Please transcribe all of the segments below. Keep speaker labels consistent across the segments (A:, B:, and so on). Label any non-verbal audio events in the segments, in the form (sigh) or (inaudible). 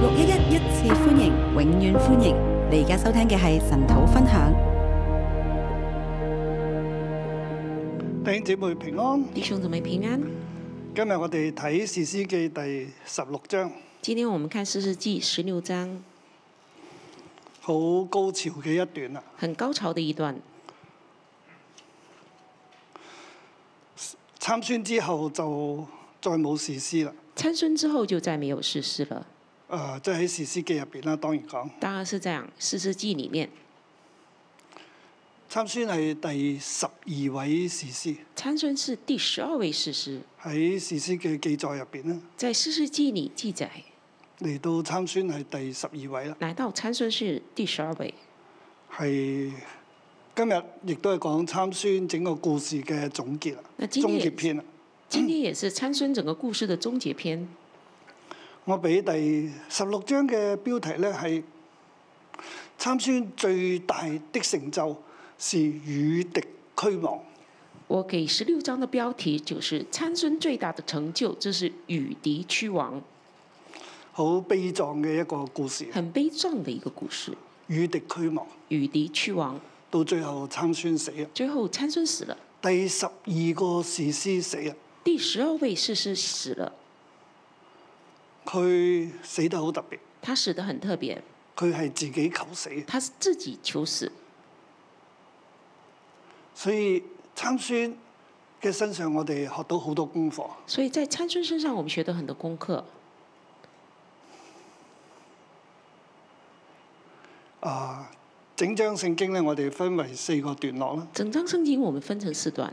A: 六一一一次歡迎，永遠歡迎！你而家收聽嘅係神土分享。
B: 弟兄姊妹平安，
C: 弟兄姊妹平安。
B: 今日我哋睇《士師記》第十六章，
C: 今天我們看《士師記》十六章，
B: 好高潮嘅一段啊啦。
C: 很高潮的一段。
B: 參孫之後就再冇士師啦。
C: 參孫之後就再沒有士師了。
B: 誒、即係喺《士師記》入邊啦，當然講
C: 當然是這樣，《士師記》裡面，
B: 參孫係第十二位士師，
C: 參孫是第十二位士師，
B: 喺《士師記》記載入邊咧，
C: 在《士師記》裡記載，
B: 嚟到參孫係第十二位啦，
C: 來到參孫是第十二位。
B: 係今日亦都係講參孫整個故事嘅總結啦，
C: 那
B: 終
C: 今天
B: 結篇啦。啊
C: 今天也是參孫整個故事的終結篇。
B: 我俾第十六章嘅標題咧係參孫最大的成就是與敵俱亡。
C: 我給十六章的標題就是參孫最大的成就，就是與敵俱亡，
B: 好悲壯嘅一個故事，
C: 很悲壯的一個故事。
B: 與敵俱亡，
C: 與敵俱亡，
B: 到最後參孫死啊！
C: 最後參孫死了，
B: 第十二個士師死啊！
C: 第十二位士師死了。
B: 佢死得好特別，
C: 他死得很特別，
B: 佢係自己求死，
C: 他是自己求死，
B: 所以參孫嘅身上我哋學到好多功課。
C: 所以在參孫身上我們學到很多功課。
B: 啊，整章聖經咧，我哋分為四個段落啦，
C: 整章聖經我們分成四段，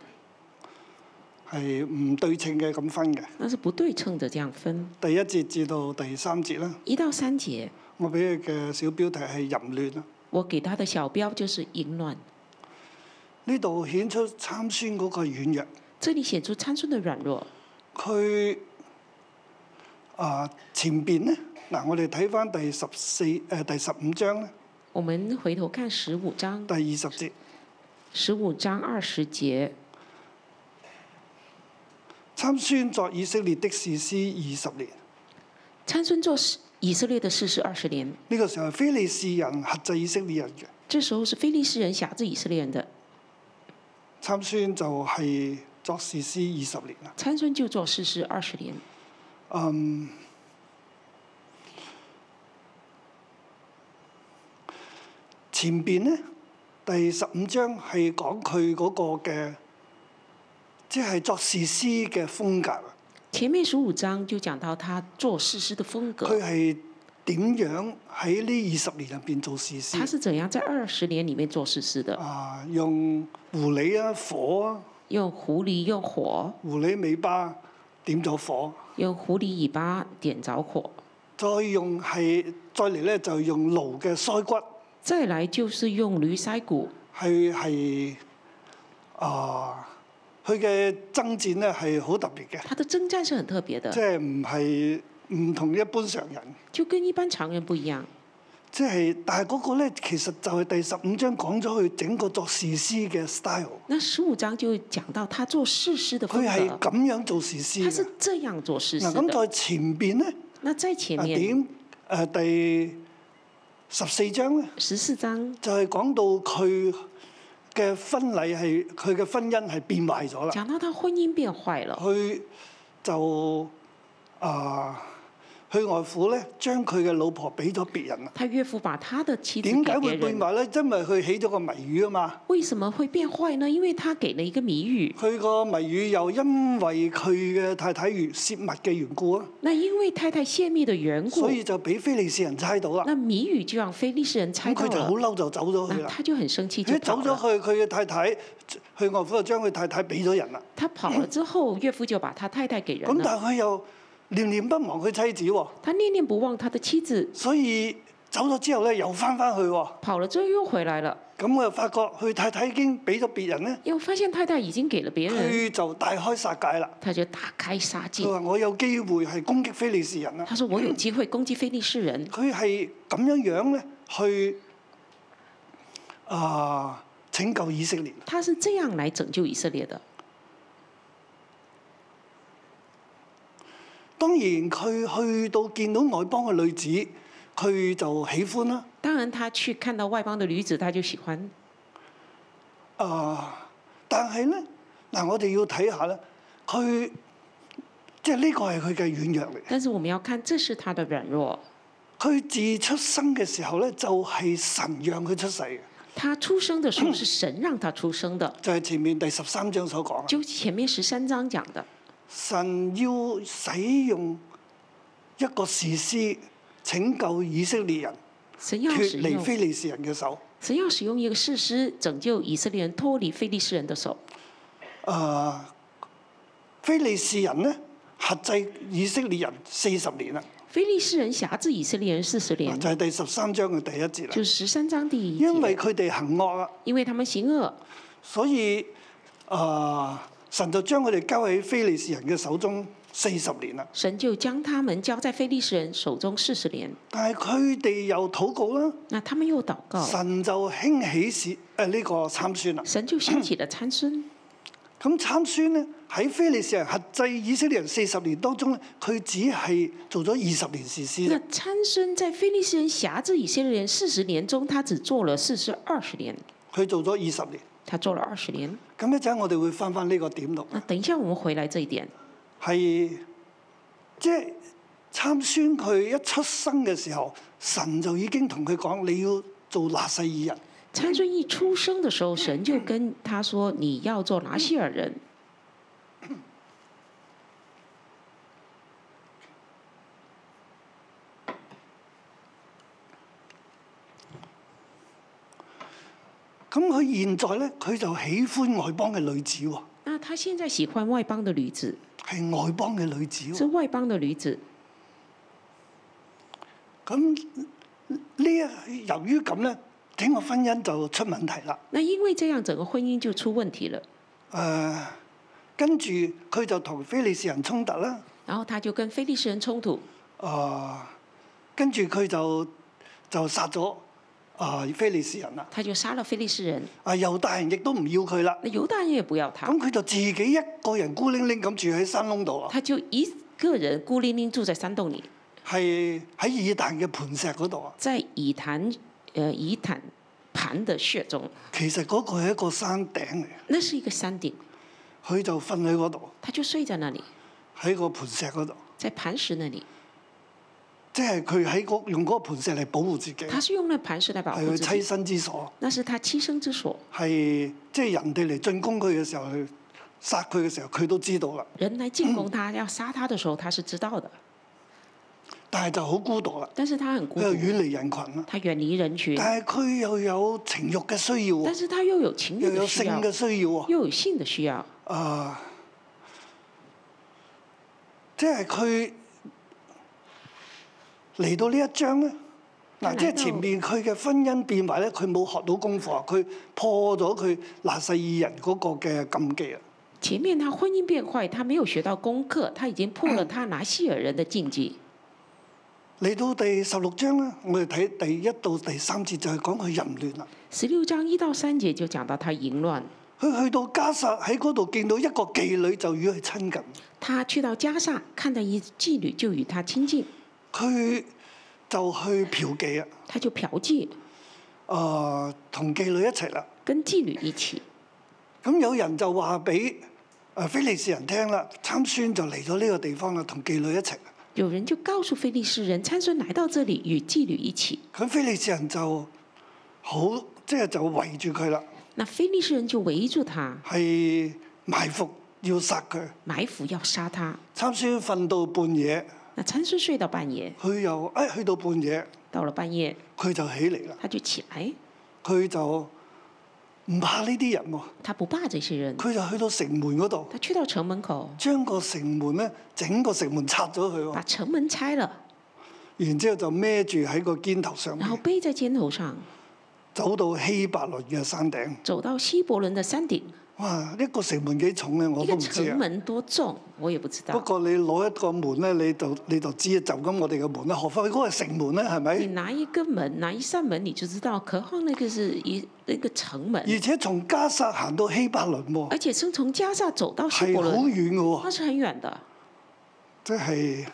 B: 係唔對稱嘅咁分嘅。
C: 那是不對稱的這樣分，
B: 第一節至到第三節啦，
C: 一到三節，
B: 我俾佢嘅小標題係淫亂啦。
C: 我給他的小標就是淫亂，
B: 呢度顯出參孫嗰個軟弱，
C: 這裡顯出參孫的軟弱。
B: 佢啊、前邊咧嗱，我哋睇翻第十四誒、第十五章咧，
C: 我們回頭看十五章
B: 第，二十節
C: 十五章二十節，
B: 參孫作以色列的士師二十年。
C: 參孫做以色列的士師二十年，
B: 呢、個時候係非利士人轄制以色列人嘅
C: 這時候是非利士人轄制以色列人的，
B: 參孫就係作士師二十年啦。
C: 參孫就做士師二十年。
B: 前邊呢，第十五章係講佢嗰個嘅，即係作士師嘅風格啊。
C: 前面十五章就講到他做士師的風格，
B: 佢係點樣喺呢二十年入邊做士
C: 他
B: 師？
C: 是怎樣在二十年裡面做事事的？
B: 啊，用狐狸啊、火啊、
C: 用狐狸用火，
B: 狐狸尾巴點咗火，
C: 用狐狸尾巴點着火，
B: 再用係再嚟咧就用驢嘅腮骨，
C: 再來就是用驢腮骨。
B: 係係啊，佢嘅爭戰咧係好特別嘅，
C: 他的征戰是很特別
B: 即
C: 的，
B: 係唔係唔同一般常人。
C: 就跟一般常人不一樣。
B: 即係，但係嗰個咧，其實就係第十五章講咗佢整個作士師嘅 style。
C: 那十五章就講到他做士師的
B: 佢
C: 風
B: 係
C: 格，
B: 咁樣做士師
C: 他是
B: 嘅。
C: 這樣做士
B: 嗱，
C: 師
B: 咁
C: 的。
B: 在前邊咧，
C: 那在前
B: 啊
C: 面
B: 點誒第十四章咧，
C: 十四章
B: 就係講到佢嘅婚禮係佢嘅婚姻係變壞咗啦。
C: 講到他婚姻變壞了，
B: 佢就啊，佢外父咧將佢嘅老婆俾咗別人啦。
C: 他岳父把他的妻子給
B: 點解會
C: 別
B: 變
C: 人，
B: 壞咧？因為佢起咗個謎語啊嘛。
C: 為什麼會變壞呢？因為他給了一個謎語。
B: 佢個謎語又因為佢嘅太太如泄密嘅緣故啊，
C: 那因為太太泄密的緣故
B: 所，以就俾非利士人猜到啦。
C: 那谜語就讓非利士人猜
B: 咁
C: 到
B: 佢就好
C: 了，
B: 嬲，就走咗去
C: 那
B: 啦。
C: 他就很生氣，
B: 佢
C: 就
B: 一走
C: 跑
B: 咗
C: 了。
B: 去，佢嘅太太，佢外父就將佢太太俾咗人啦。
C: 他跑了之後，岳父就把他太太給人啊
B: 咁
C: 了。
B: 但係佢又念念不忘佢妻子喎，
C: 他念念不忘他的妻子，
B: 所以走咗之後咧，又翻翻去喎。
C: 跑了之後又回來了，
B: 咁我又發覺佢太太已經俾咗別人咧，
C: 又發現太太已經給了別人，
B: 佢就大開殺戒啦。
C: 他就大開殺戒
B: 佢。話：我有機會係攻擊非利士人啦。啊
C: 他說：我有機會攻擊非利士人，
B: 佢係咁樣樣咧去啊、拯救以色列。
C: 他是這樣來拯救以色列的。
B: 當然佢去到見到外邦嘅女子，佢就喜歡啦。
C: 当然，他去看到外邦的女子，他就喜欢。
B: 啊、但係咧，嗱，我哋要睇下咧，佢即係呢個係佢嘅軟弱嚟。
C: 但是我们要看，这是他的软弱。
B: 佢自出生嘅時候咧，就係、神讓佢出世嘅，
C: 他出生的时候是神让他出生的，
B: 就係、前面第十三章所講啊。
C: 就前面十三章讲的，
B: 神要使用一個士師拯救以色列人
C: 神要使
B: 脱離
C: 用
B: 非利士人嘅手。
C: 神要使用一个士师拯救以色列人脱离非利士人的手。
B: 誒、呃非利士人呢，轄制以色列人四十年啦，
C: 非利士人辖制以色列人四十年
B: 嗱，就係、第十三章嘅第一節
C: 就
B: 啦。
C: 是十三章第一
B: 啊因為
C: 节，
B: 佢哋行惡啊，
C: 因为他们行恶，
B: 所以誒、神就將佢哋交喺非利士人嘅手中四十年啦。
C: 神就将他们交在非利士人手中四十年。
B: 但係佢哋又禱告啦，
C: 那他们又祷告，
B: 神就興起是誒呢個參孫啦。
C: 神就兴起了参孙。
B: 嗯咁參孫呢，喺非利士人轄制以色列人四十年當中咧，佢只係做咗二十年士師
C: 那
B: 啫。
C: 参孙在非利士人辖制以色列人四十年中，他只做了四十二十年，
B: 佢做咗二十年。
C: 他做了二十年。
B: 咁一陣我哋會翻翻呢個點度。
C: 那等一下我们回来这一點，
B: 係即係參孫佢一出生嘅時候，神就已經同佢講：你要做拿細耳人。
C: 参孙一出生的时候，神就跟他说：“你要做拿西尔人。
B: 咁佢現在咧，佢就喜歡外邦嘅女子喎，”
C: 那他现在喜欢外邦的女子，
B: 係外邦嘅女子
C: 是
B: 喎。
C: 外邦的女子。
B: 咁呢一由於咁咧，整個婚姻就出問題啦。
C: 那因为这样，整个婚姻就出问题了。
B: 誒、跟住佢就同非利士人衝突啦。
C: 然后他就跟非利士人冲突，
B: 誒、跟住佢就就殺咗啊、非利士人啦。
C: 他就杀了非利士人。
B: 啊猶大人亦都唔要佢啦。
C: 那犹大人也不要他
B: 咁，佢就自己一個人孤零零咁住喺山窿度啊，
C: 他就一个人孤零零住在山洞里，
B: 係喺以但嘅磐石嗰度啊。
C: 在以坛呃以坦盘的穴中，
B: 其實嗰個係一個山頂嚟，
C: 那是一个山顶，
B: 佢就瞓喺嗰度，
C: 他就睡在那里，
B: 喺個磐石嗰度，
C: 在磐石那里，
B: 即係佢喺嗰用嗰個磐石嚟保護自己，
C: 他
B: 係
C: 是用那磐石来保护
B: 佢
C: 自
B: 棲
C: 己，
B: 身之所，
C: 那是他栖身之所。
B: 係即係人哋嚟進攻佢嘅時候，去殺佢嘅時候，佢都知道啦。
C: 人来进攻他，要杀他的时候，他是知道的，
B: 但係就好孤獨啦，
C: 但是他很孤嗯
B: 佢又
C: 独，
B: 遠離人群啦。
C: 他远離人群，
B: 但係佢又有情慾嘅需要
C: 但
B: 喎，
C: 是他又有情欲
B: 又有
C: 的需
B: 性
C: 要，
B: 嘅需要喎。
C: 又有性的需要，
B: 啊，即係佢嚟到呢一章咧，
C: 佢嚟
B: 嗱，
C: 到
B: 即係前面佢嘅婚姻變壞咧，佢冇學到功課，佢破咗佢拿細耳人嗰個嘅禁忌啊！
C: 前面他婚姻变坏，他没有学到功课，他已经破了他拿西尔人的禁忌。
B: 嚟到第十六章咧，我哋睇第一到第三節就係講佢淫亂啦。
C: 十六章一到三节就講到他淫亂，
B: 佢去到加撒喺嗰度見到一個妓女就與佢親近，
C: 他去到加萨，看到一妓女就与他亲近，
B: 佢就去嫖妓啊！
C: 他就嫖妓，
B: 啊、同妓女一齊啦。
C: 跟妓女一起。
B: 咁有人就話俾誒非利士人聽啦，參孫就嚟咗呢個地方啦，同妓女一齊。
C: 有人就告訴非利士人，参孙来到这里与妓女一起，
B: 咁非利士人就好，即係就圍住佢啦，
C: 那非利士人就圍住他，
B: 係埋伏要殺佢。
C: 埋伏要殺他。
B: 參孫瞓到半夜，
C: 那参孙睡到半夜，
B: 佢又誒、哎去到半夜，
C: 到了半夜
B: 佢就起嚟啦，
C: 他就起来，
B: 佢就唔怕呢啲人喎，
C: 他不怕这些人，
B: 佢就去到城門嗰度，
C: 他去到城门口，
B: 將個城門咧整個城門拆咗佢
C: 把
B: 喎，
C: 城門拆了，
B: 然之後就孭住喺個肩頭上
C: 然後
B: 面，
C: 背在肩頭上，
B: 走到希伯倫嘅山頂。
C: 走到希伯倫的山頂。
B: 哇！一個城門幾重咧，我都
C: 一個
B: 唔知
C: 城
B: 啊。
C: 門多重，我也不知
B: 不
C: 道。
B: 過你攞一個門咧，你就你就知就咁我哋嘅門啦。何況佢嗰個城門咧，係
C: 你
B: 咪？
C: 拿一个门，拿一扇門，你就知道，何況那個是一那個城門，
B: 而且從加薩行到希伯倫喎，
C: 而且是從加哎萨走到希
B: 係
C: 伯哎
B: 好
C: 倫，
B: 遠嘅
C: 那
B: 喎，
C: 是很遠的。
B: 即係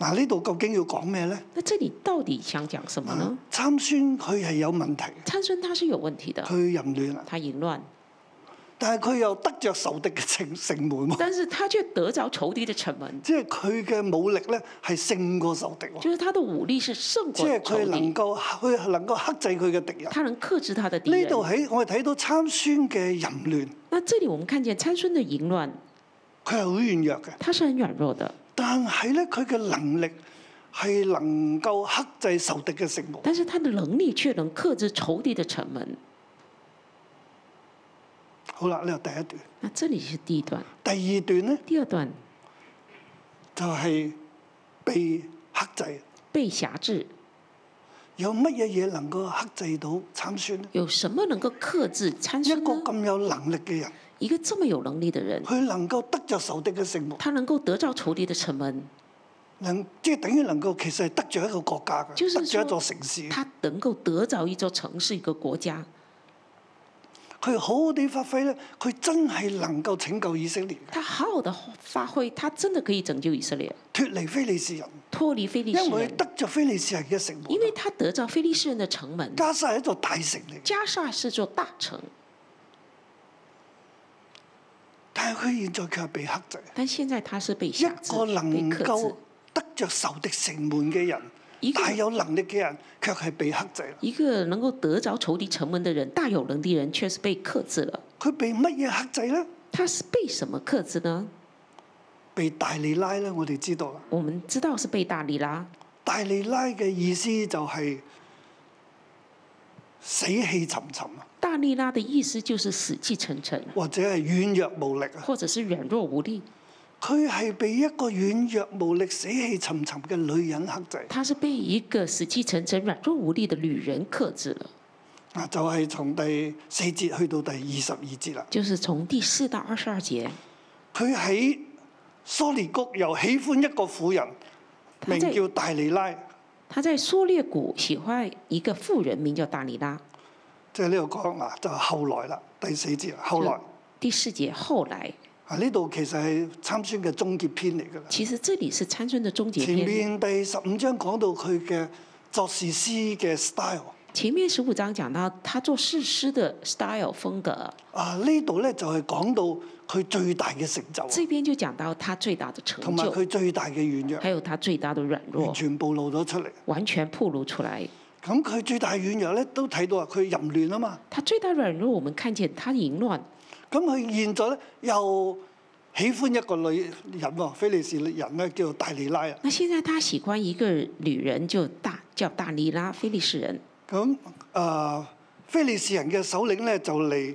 B: 嗱，呢度究竟要講咩呢？嗯
C: 那这里到底想講什麼呢？
B: 參孫佢係有問題，
C: 參孫他是有問題的，
B: 佢淫亂啦，
C: 他淫亂，
B: 但係佢又得着仇敵嘅城城門喎，
C: 但是他卻得着仇敵的城門，
B: 即係佢嘅武力咧係勝過仇敵喎，
C: 就是他的武力是勝
B: 即
C: 過
B: 係
C: 仇
B: 佢能
C: 敵，
B: 夠佢能夠克制佢嘅敵人。
C: 他能克制他的敵
B: 呢
C: 人。
B: 度喺我哋睇到參孫嘅淫亂，
C: 那這裡我們看見參孫的淫亂，
B: 佢係好軟弱嘅，
C: 他是很軟弱的，
B: 但係咧佢嘅能力係能夠克制仇敵嘅城門。
C: 但是他的能力卻能克制仇敵的城門。
B: 好啦，呢個第一段。
C: 那這裡是第一段，
B: 第二段咧
C: 第二段
B: 就係、被克制。
C: 被轄制，
B: 有乜嘢嘢能夠克制到參孫呢？
C: 有什麼能夠克制參
B: 一
C: 孫
B: 個
C: 呢？
B: 咁有能力嘅人，
C: 一個這麼有能力的人，
B: 佢能夠得着仇敵嘅城門，
C: 他能夠得着仇敵的城門，
B: 能即係等於能夠其實係得着一個國家
C: 就是
B: 嘅，
C: 說
B: 得着一座城市。
C: 他能夠得着一座城市、一個國家。
B: 佢好好地發揮咧，佢真係能夠拯救以色列，
C: 他好好的發揮，他真的可以拯救以色列，
B: 脱離非利士人，
C: 脫離非利
B: 因
C: 士
B: 為
C: 人
B: 佢，得着非利士人嘅城門。
C: 因為他得着非利士人的城門。
B: 加沙係一座大城嚟，
C: 加沙是座大城，
B: 但係佢現在卻係被克制。
C: 但現在他是被
B: 一
C: 轄制、
B: 個能
C: 被克
B: 夠
C: 制。
B: 得着仇敵城門嘅人，
C: 一個
B: 大有能力嘅人，卻係被克制啦。
C: 一個能夠得着仇敵城門的人，大有能力人，卻是被克制了。
B: 佢被乜嘢克制呢？
C: 他是被什麼克制呢？
B: 被大利拉咧，我哋知道啦。
C: 我們知道是被大利拉，
B: 大利拉嘅意思就係死氣沉沉啊，
C: 大利拉的意思就是死氣沉沉，
B: 或者係軟弱無力啊。
C: 或者是軟弱無力。
B: 佢係被一個軟弱無力、死氣沉沉嘅女人克制。
C: 他是被一個死氣沉沉、軟弱無力的女人克制了。
B: 嗱，啊就係從第四節去到第二十二節啦。
C: 就是從第四到二十二節，
B: 佢喺蘇列谷又喜歡一個婦
C: 啊
B: 人，
C: 他
B: 名
C: 在
B: 叫大利拉，
C: 他在蘇列谷喜歡一個婦人，名叫大利拉。
B: 即係呢度講嗱，就係後來啦，第四節
C: 嗯
B: 啦後來
C: 就第四節後來，
B: 啊，呢度其實係參孫嘅終結篇嚟㗎啦。
C: 其實這裡是參孫的終結
B: 前
C: 篇。
B: 面第十五章講到佢嘅作事師嘅 style，
C: 前面十五章講到他做士師的 style 風格，
B: 啊呢度咧就係講到佢最大嘅成就，
C: 這
B: 啊
C: 邊就講到他最大的
B: 同
C: 成
B: 埋
C: 就，
B: 佢最大嘅軟弱，
C: 還有他最大的軟
B: 完
C: 弱，
B: 全暴露咗出嚟。
C: 完全暴露出來。
B: 咁佢最大軟弱咧都睇到啊，佢淫亂啊嘛。
C: 他最大軟弱，我們看見他淫亂，
B: 咁佢現在咧又喜歡一個女人喎，菲利士人咧叫做大利拉啊。
C: 那現在他喜歡一個女人，就大叫大利拉，非利士人。
B: 咁啊，菲利士人嘅首領咧就嚟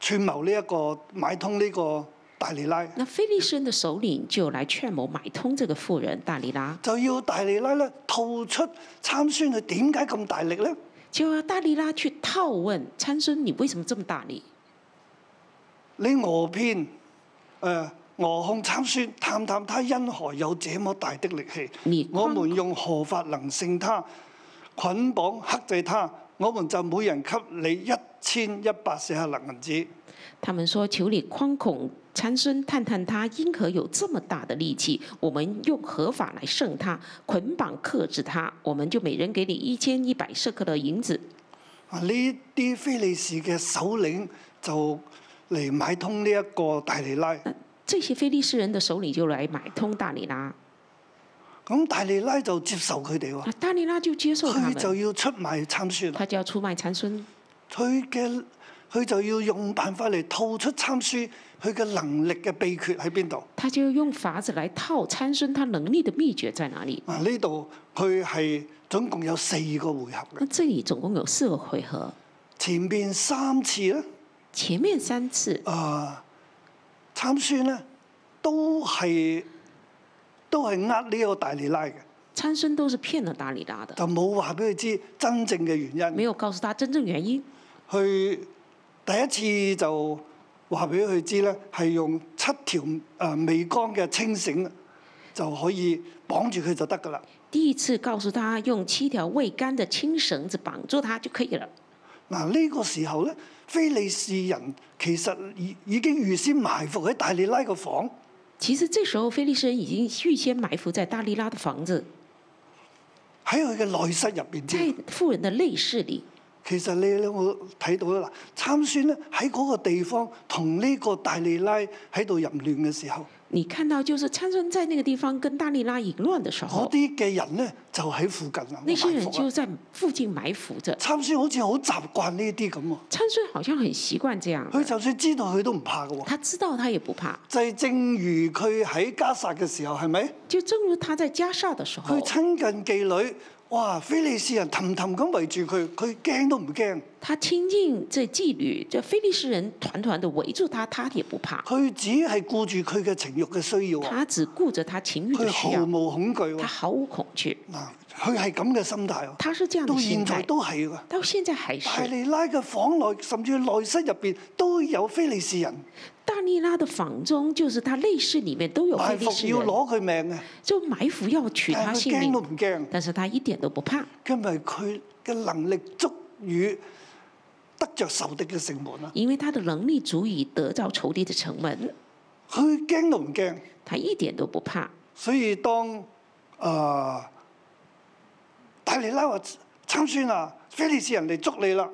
B: 串謀呢、一個買通呢個大利拉。
C: 那非利士人的首領就來勸謀買通這個婦人大利拉，
B: 就要大利拉咧吐出參孫佢點解咁大力咧？
C: 結果大利拉去套問參孫：“你為什麼這麼大力？
B: 你訛騙誒訛控參孫，探探他因何有這麼大的力氣？
C: 你
B: 我
C: 誆
B: 們用何法能勝他？捆綁克制他，我們就每人給你一千一百四十兩銀子。
C: 他們說：“求你誆恐參孫，探探他因何有這麼大的力氣？我們用合法來勝他，捆綁克制他，我們就每人給你一千一百舍克的銀子。
B: 啊！呢啲非利士嘅首領就嚟買通呢一個大利拉。
C: 那”這些非利士人的首領就來買通大利拉，
B: 咁大利拉就接受佢哋喎，
C: 那大利拉就嗯接受他
B: 佢就
C: 們，
B: 要出賣參孫啦。
C: 他就要出賣參孫，
B: 佢嘅佢就要用辦法嚟套出參書，佢嘅能力嘅秘訣喺邊度？
C: 他就用法子來套參孫他能力的秘訣在哪裡？
B: 啊，呢度佢係總共有四個回合嘅，
C: 那這裡總共有四個回合，
B: 前邊三次咧，
C: 前面三次
B: 啊、參孫咧都係都係呃呢個大利拉嘅，
C: 參孫都是騙了大利拉的，
B: 就冇話俾佢知真正嘅原
C: 沒
B: 因。
C: 有告訴他真正原因。
B: 佢第一次就話俾佢知咧，係用七條誒未乾嘅清繩就可以綁住佢就得㗎啦。
C: 第一次告訴他用七條未乾的青繩子綁住他就可以了。
B: 嗱呢個時候咧，非利士人其實已已經預先埋伏喺大利拉個房，
C: 其实这时候非利士人已经预先埋伏在大利拉的房子，
B: 喺佢嘅內室入邊添。
C: 在富人的内室里。
B: 其實你有冇睇到啦？嗱，參孫咧喺嗰個地方同呢個大利拉喺度淫亂嘅時候，
C: 你看到就是参孙在那个地方跟大利拉淫乱的时
B: 嗰
C: 候，
B: 啲嘅人咧就喺附近啊，
C: 那些
B: 埋
C: 人
B: 伏
C: 就
B: 啊。
C: 在附近埋伏着。
B: 參孫好似好習慣呢啲咁喎，
C: 参孙好像很习惯这样，
B: 佢就算知道佢都唔怕嘅喎。
C: 他知道他也不怕。
B: 就係正如佢喺加撒嘅時候，係咪？
C: 就正如他在加沙的时候
B: 佢，親近妓女，哇！非利士人氹氹咁圍住佢，佢驚都唔驚。
C: 他亲近这妓女，这非利士人团团的围住他，他也不怕。
B: 佢只係顧住佢嘅情慾嘅需要喎，
C: 他只顾着他情欲的
B: 佢
C: 需
B: 哎毫
C: 要，
B: 無恐懼
C: 他
B: 喎。
C: 毫无恐惧。
B: 嗱，佢係咁嘅心態喎，
C: 他是这样的
B: 到
C: 心
B: 現在
C: 态，
B: 都係㗎。
C: 到現在還
B: 大
C: 是。
B: 利拉嘅房內，甚至內室入邊都有非利士人
C: 大利拉的房中，就是他内室里面都有非
B: 埋伏
C: 利士
B: 要
C: 人，
B: 攞佢命嘅，啊
C: 就埋伏要取他
B: 但係
C: 性
B: 佢驚都
C: 命，
B: 唔驚，
C: 但是他一点都不怕，
B: 因為佢嘅能力足以得着仇敵嘅城門啊！
C: 因为他的能力足以得到仇敌的城门，
B: 佢驚都唔驚，
C: 他一点都不怕。
B: 所以當啊、呃大利拉話參孫啊，非利士人嚟捉你啦，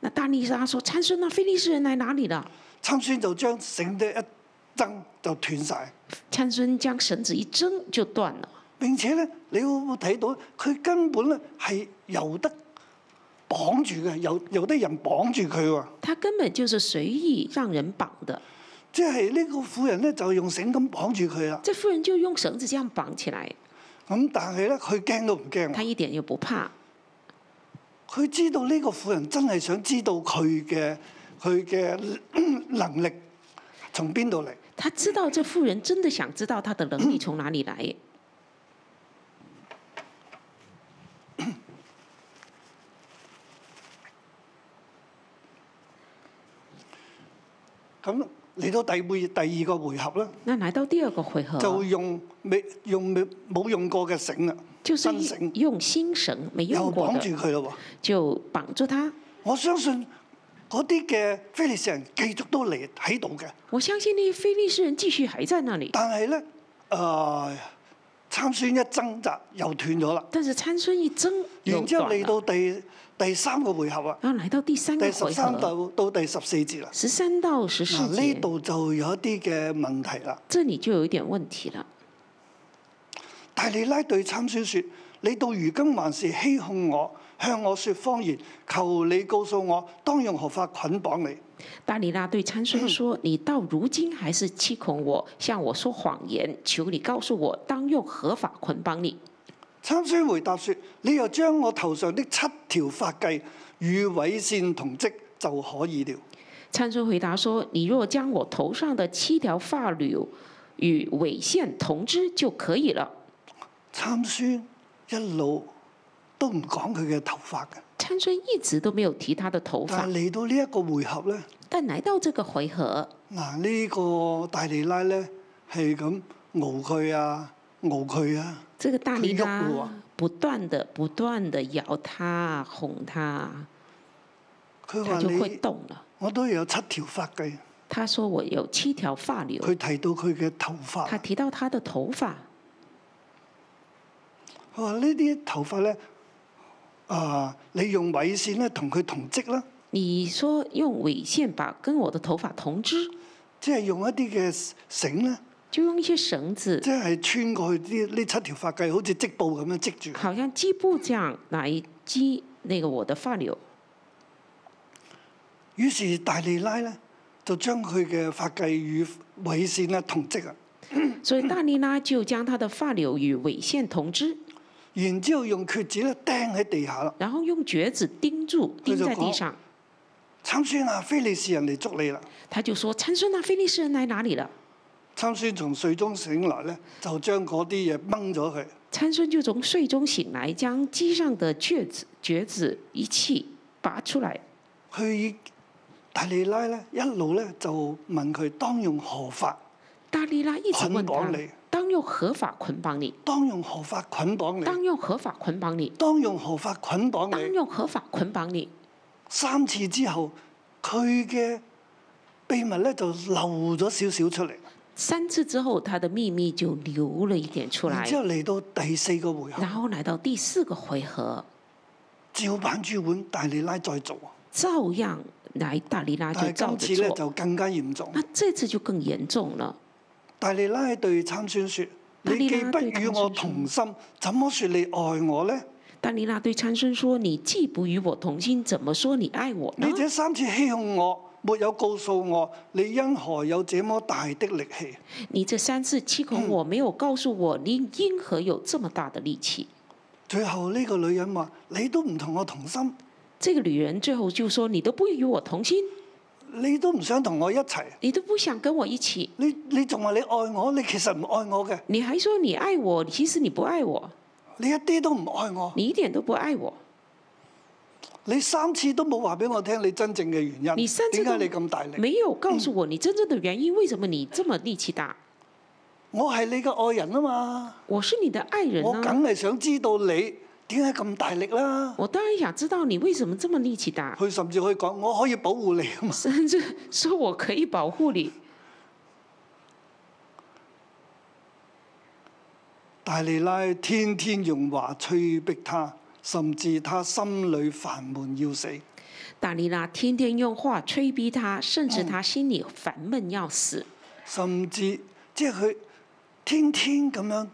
C: 那大利拉说：“参孙啊，非利士人来哪里了
B: 參孫就將繩嘅一掙就斷晒。？”
C: 参孙将绳子一挣就断了，
B: 並且咧，你會唔會睇到佢根本咧係由得綁住嘅，由由得人綁住佢喎。
C: 他根本就是随意让人绑的。
B: 即係呢個婦人咧就用繩咁綁住佢啦。
C: 这妇人就用绳子这样绑起来，
B: 咁但係咧，佢驚都唔驚
C: 他
B: 喎。
C: 一点也不怕。
B: 佢知道呢個婦人真係想知道佢嘅佢嘅 (clears throat) 能力從邊度嚟。
C: 他知道这妇人真的想知道他的能力从哪里来。
B: 咁嚟到第會第二個回合咧，
C: 那来到第二个回合，啊
B: 就用未用未冇用過嘅繩啦，
C: 就是
B: 新繩
C: 用新绳没
B: 又
C: 用过
B: 綁
C: 的，
B: 住佢咯喎。
C: 就绑住他。
B: 我相信嗰啲嘅非利士人繼續都嚟喺度嘅，
C: 我相信那非利士人继续还在那里，
B: 但係咧，誒、參孫一掙扎又斷咗啦。
C: 但是参孙一挣又
B: 然之後
C: 断
B: 嚟
C: 了。
B: 到第第三個回合啊，
C: 啊然后来到第三
B: 第
C: 个
B: 十
C: 回
B: 三
C: 合，
B: 到到第十四節啦。
C: 十三到十四
B: 嗱，呢
C: 节，
B: 度就有一啲嘅問題啦。
C: 这里就有一点問題了。
B: 大利拉對參孫說：你到如今還是欺哄我，向我説謊言，求你告訴我，當用何法捆綁你？
C: 大利拉对参
B: 嗯
C: 孙说：“你到如今还是欺恐我，向我说谎言，求你告诉我，当用何法捆绑你
B: 參孫回答說：你又將我頭上的七條髮髻與緯線同織就可以了。？”
C: 参孙回答说：“你若将我头上的七条发绺与纬线同织就可以了。”
B: 參孫一路都唔講佢嘅頭髮嘅，
C: 参孙一直都没有提他的头
B: 但
C: 发，
B: 係嚟到呢一個回合咧。
C: 但来到这个回合，
B: 嗱，呢個大利拉咧係咁熬佢啊，熬佢啊，
C: 这个大力
B: 他用我
C: 拉不断的、不断的摇他、哄他，
B: 佢話
C: 他就会
B: 你
C: 动了。
B: 我都有七條髮髻。
C: 他说：“我有七条发绺。
B: 佢提到佢嘅頭”髮，
C: 他
B: 佢
C: 提到他的头发，
B: 話呢啲頭髮咧，啊、你用緯線咧同佢同織啦，
C: 你说用纬线把跟我的头发同织，
B: 即係用一啲嘅繩咧，
C: 就用一些绳子
B: 即，係穿過去啲呢七條髮髻，好似織布咁樣織住。
C: 好像织布这样来织那个我的发绺。
B: 於是大利拉咧就將佢嘅髮髻與緯線咧同織啊，
C: 所以大力拉就将他的发绺与纬线同织，
B: 然之後用橛子咧釘喺地下啦。
C: 然后用橛子钉住，钉在地上。
B: 參孫啊，非利士人嚟捉你啦！
C: 他就说：“参孙啊，非利士人来哪里了
B: 參孫從睡中醒來咧，就將嗰啲嘢掹咗佢。？”
C: 参孙就从睡中醒来，将机上的橛子、橛子一气拔出来。
B: 佢已大利拉咧一路咧就問佢當用何法，
C: 大利拉一直
B: 捆
C: 问他
B: 绑你：“
C: 当用合法捆绑你？
B: 當用何法捆綁
C: 当
B: 你，
C: 用合法捆绑你？
B: 當用何法捆
C: 当
B: 綁你。
C: 用合法捆绑你
B: 三次之後，佢嘅秘密咧就漏咗少少出嚟。？”
C: 三次之后，他的秘密就流了一点出
B: 然
C: 来
B: 之。後嚟到第四個回合
C: 然，后来到第四个回合，
B: 照板煮碗，大利拉再做，
C: 照样来大利拉就
B: 但係
C: 照着
B: 今次咧
C: 做。
B: 就更加嚴重。
C: 那這次就更嚴重了。
B: 大利拉對參孫說：
C: 大
B: 你
C: 利
B: 既
C: 拉
B: 不
C: 啊對啊
B: 與我
C: 參孫說
B: 同心，怎麼說你愛我呢？
C: 但利拉對參孫說：你既不與我同心，怎麼說你愛我呢
B: 你？這三次欺哄我，沒有告訴我，你因何有這麼大的力氣？
C: 你這三次欺哄我，沒有告訴我，你因何有這麼大的力氣？
B: 最後呢個女人話：你都唔同我同心，
C: 這個女人最後就說：你都不與我同心，
B: 你都唔想同我一齊，
C: 你都不想跟我一起，
B: 你你仲話你愛我，你其實唔愛我嘅，
C: 你還說你愛我，其實你不愛我，
B: 你一啲都唔愛我，
C: 你一點都不愛我。
B: 你三次都冇話俾我聽你真正嘅原
C: 你
B: 因，
C: 三次
B: 點
C: 都
B: 解你咁大力？
C: 沒有告訴我你真正的原因，為什麼你這麼力氣大？
B: 我係你嘅愛人啊嘛，
C: 我是你的愛人
B: 我
C: 啊，
B: 梗係想知道你點解咁大力啦。
C: 我當然想知道你為什麼這麼力氣大。
B: 佢甚至可以講：我可以保護你啊嘛。
C: 甚至说我可以保护你。
B: 大利拉天天用話催逼他，甚至他心裏煩悶要死。
C: 达利拉天天用话催逼他，甚至他心里烦闷要死。
B: 甚至即係佢天天咁樣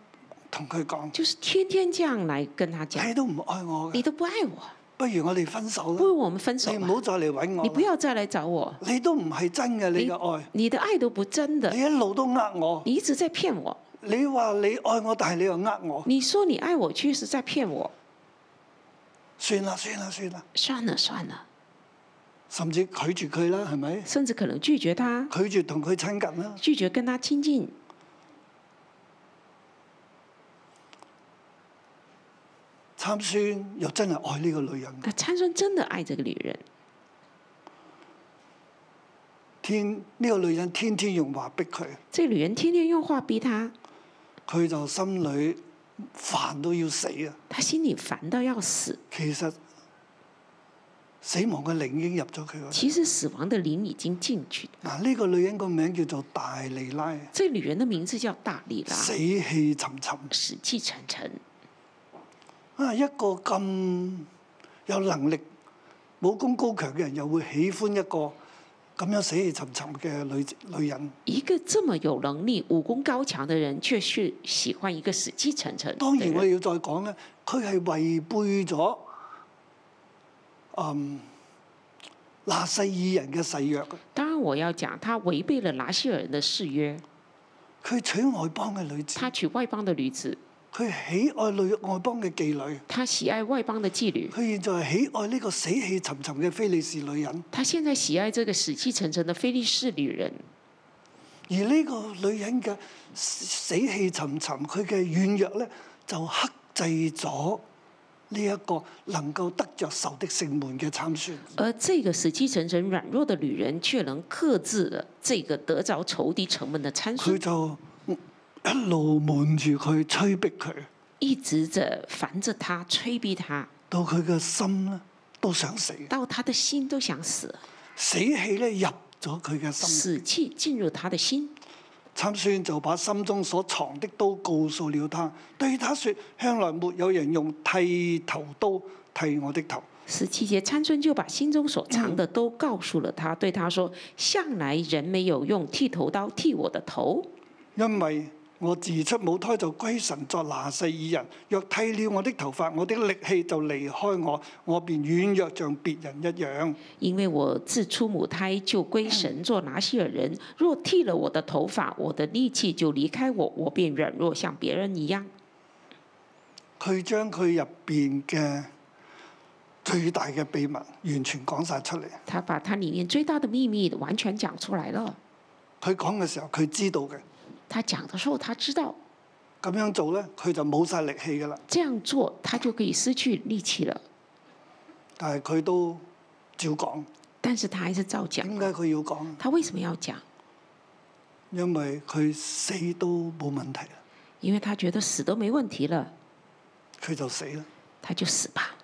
B: 同佢講：
C: 就是天天这样来跟他讲
B: 你，都唔愛我
C: 你
B: 嘅，
C: 都不爱我，
B: 不如我哋分手
C: 不
B: 啦！
C: 如我们分手
B: 你唔
C: 吧
B: 好。再嚟揾
C: 你不
B: 我啦。
C: 要再来找我，
B: 你都唔係真嘅，你嘅愛，
C: 你的爱都不真的
B: 你，一路都呃我。
C: 你一直在騙我。
B: 你話你愛我，但係你又呃我。
C: 你说你爱我，却是在騙我。
B: 算啦，算啦，算啦，
C: 算了算了，
B: 甚至拒絕佢啦，係咪？
C: 甚至可能拒绝他，
B: 拒絕同佢親近啦。
C: 拒绝跟他亲近。
B: 參孫又真係愛呢個女人。
C: 那參孫真的爱这个女人，
B: 天呢、個女人天天用話逼佢，
C: 这个女人天天用话逼他，
B: 佢就心裏煩到要死啊！
C: 他心里烦到要死。
B: 其實死亡嘅靈已經入咗佢嗰度。
C: 其实死亡的灵已经进去。
B: 嗱，呢個女人個名叫做大利拉，
C: 这女人的名字叫大力拉，
B: 死氣沉沉
C: 死气沉沉。
B: 啊！一個咁有能力、武功高強嘅人，又會喜歡一個咁樣死氣沉沉嘅女女人。
C: 一个这么有能力、武功高强的人，却是喜欢一个死气沉沉的
B: 當然，我哋
C: 人。
B: 要再講咧，佢係違背咗嗯拿細爾人嘅誓約嘅。
C: 当然，我要讲，他违背了拿西尔人的誓约，
B: 佢娶外邦嘅女子，
C: 他娶外邦的女子，
B: 佢喜愛女外邦嘅妓女，
C: 他喜愛外邦的妓女，
B: 佢現在係喜愛呢個死氣沉沉嘅非利士女人。
C: 他现在喜愛这个死气沉沉的菲利士女人。
B: 而呢個女人嘅死死氣沉沉，佢嘅軟弱咧就克制咗呢一個能夠得着仇的城門嘅參孫。
C: 而这个死气沉沉、软弱的女人，却能克制了这个得着仇敌城门的参
B: 佢
C: 孙，
B: 就一路瞞住佢，催逼佢，
C: 一直着烦着他，催逼他，
B: 到佢嘅心咧都想死，
C: 到他的心都想死了。
B: 死氣咧入咗佢嘅心。
C: 死气进入他的心。
B: 參孫就把心中所藏的都告訴了他，對他說：向來沒有人用剃頭刀剃我的頭，
C: 十七节，参孙就把心中所藏的都告诉了他，对他说：“向来人没有用剃头刀剃我的头，
B: 因為我自出母胎就歸神作拿細耳人。若剃了我的頭髮，我的力氣就離開我，我便軟弱像別人一樣。
C: 因为我自出母胎就归神做拿西尔人。若剃了我的头发，我的力气就离开我，我便软弱，像别人一样。
B: 佢將佢入邊嘅最大嘅秘密完全講晒出嚟。”
C: 他把他里面最大的秘密完全讲出来了。
B: 佢講嘅時候，佢知道嘅。
C: 他讲的时候，他知道
B: 咁樣做咧，佢就冇晒力氣㗎啦。
C: 这样做他就可以失去力气了，
B: 但係佢都照講。
C: 但是他还是照讲。
B: 點解佢要講？
C: 他为什么要讲？
B: 因為佢死都冇問題啦，
C: 因为他觉得死都没问题了，
B: 佢就死啦，
C: 他就死吧，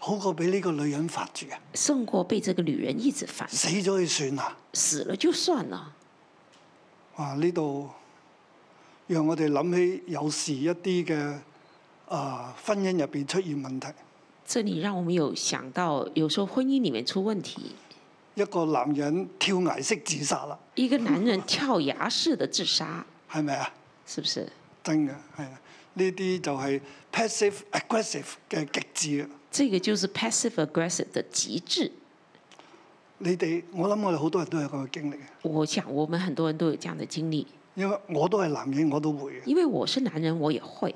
B: 好過俾呢個女人發住啊！
C: 胜过被这个女人一直烦，
B: 死咗佢算啦，
C: 死了就算了。
B: 哇！呢度讓我哋諗起有時一啲嘅啊婚姻入邊出現問題。
C: 这里让我们有想到，有时候婚姻里面出问题，
B: 一個男人跳崖式自殺啦，
C: 一个男人跳崖式的自杀，
B: 係咪啊？
C: 是不是？
B: 真嘅係啊！呢啲就係 passive aggressive 嘅極致啊！
C: 这个就是 passive aggressive 的极致。
B: 你哋我諗我哋好多人都有咁嘅經歷嘅，
C: 我想我们很多人都有这样的经历，
B: 因為我都係男人，我都會嘅。
C: 因为我是男人，我也会。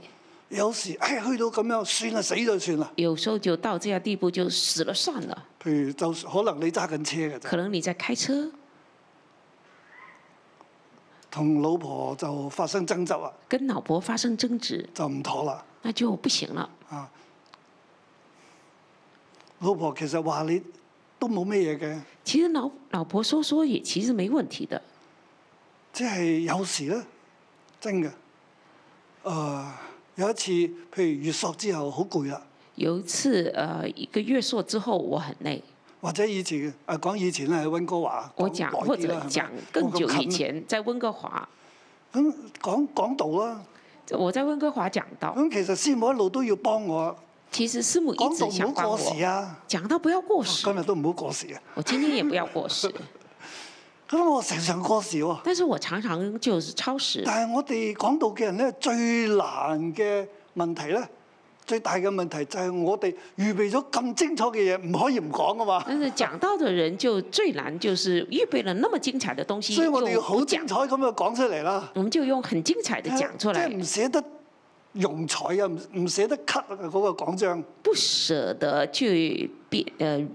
B: 有時唉、去到咁樣，算啦，死就算啦。
C: 有时候就到这样地步，就死了算了。
B: 譬如就可能你揸緊車嘅啫，
C: 可能你在开车，
B: 同老婆就發生爭執啊，
C: 跟老婆发生争执，
B: 就唔妥啦。
C: 那就不行了。
B: 啊，老婆其實話你都冇咩嘢嘅，
C: 其实老老婆说说也其实没问题的，
B: 即係有時咧，真嘅。誒、呃有一次，譬如月朔之後好攰啦，
C: 有一次，呃，一个月朔之后我很累，
B: 或者以前誒、啊講以前咧喺温哥華，
C: 我
B: 講
C: 讲
B: 耐
C: 或
B: 啲
C: 者
B: 啦
C: 讲
B: 係咪
C: 更久
B: 冇咁
C: 以
B: 近
C: 前，在温哥华，
B: 咁講講道啦，
C: 我在温哥华讲到，
B: 咁其實師母一路都要幫我，
C: 其实师母一
B: 講道
C: 直
B: 唔
C: 想
B: 好
C: 帮
B: 過
C: 我，
B: 時啊，
C: 讲到不要过时哦
B: 今，日都唔好過時啊。
C: 我今天也不要过 (laughs) 时，
B: 咁我成常過時喎，
C: 但是我常常就是超时。
B: 但係我哋講道嘅人咧，最難嘅問題咧，最大嘅問題就係我哋預備咗咁精彩嘅嘢，唔可以唔講啊嘛。
C: 但是讲到的人就最难，就是预备了那么精彩的东西，
B: 所以我哋要
C: 就
B: 好
C: 不
B: 精
C: 讲，
B: 彩咁樣講出嚟啦，
C: 我们就用很精彩的
B: 即係
C: 讲出来，
B: 唔捨得用彩啊，唔唔捨得 cut 啊嗰個講章，
C: 不舍得去变，呃，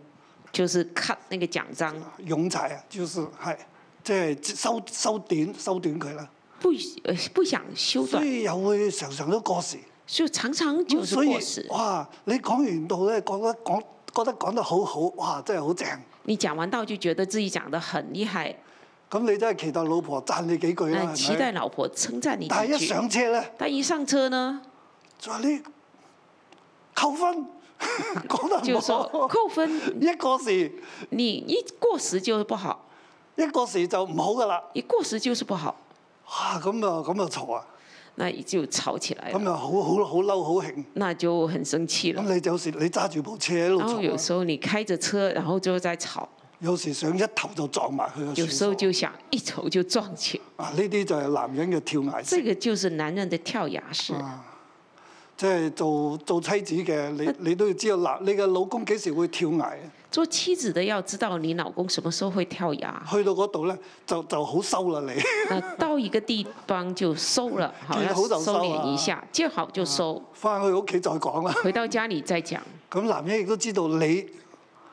C: 就是 cut 那个奖章，
B: 用柴啊，就是係即係收收短收短佢啦。
C: 不呃不想修
B: 所
C: 短，
B: 以又會常常都過時，
C: 就常常就是
B: 所以
C: 过时。
B: 哇！你講完到咧，覺得講覺得講得好好，哇！真係好正。
C: 你讲完道就觉得自己讲的很厲害，
B: 咁你真係期待老婆讚你幾句啦，
C: 嗯，期
B: 係
C: 待
B: 咪？
C: 老婆称赞你
B: 但係一
C: 几句，
B: 上車咧，
C: 但一上车呢，
B: (laughs) 就話你扣分， (laughs) 講得
C: 就
B: 唔
C: 说
B: 好，
C: 扣分，
B: (laughs) 一個時
C: 你一過時就是不好，
B: 一個時就唔好噶啦。
C: 一過時就是不好，
B: 哇！咁啊，咁啊嘈啊，
C: 那就吵起来
B: 咁
C: 了，
B: 啊好好好嬲好興。
C: 那就很生氣了。
B: 咁你有時你揸住部車喺度
C: 然后哦有
B: 嗯嘈啊，
C: 时候你開着車，然後就在吵，
B: 有時想一頭就撞埋佢個
C: 有時候
B: 樹
C: 就想一頭就
B: (laughs)
C: 撞起，
B: 啊，呢啲就係男人嘅跳崖式
C: 這。個就是男人的跳崖式。
B: 啊即係做做妻子嘅，
C: 啊
B: 你你都要知道嗱，你嘅老公幾時會跳崖啊？
C: 做妻子的要知道你老公什麼時候會跳崖，
B: 去到嗰度咧，就就好收啦你。 (laughs)
C: 那到一個地方就收了，好
B: 見
C: 要
B: 好就收
C: 收
B: 啊
C: 斂一下，見好就收。
B: 翻去屋企再講啦。
C: 回到家里再講。
B: 咁男人亦都知道你，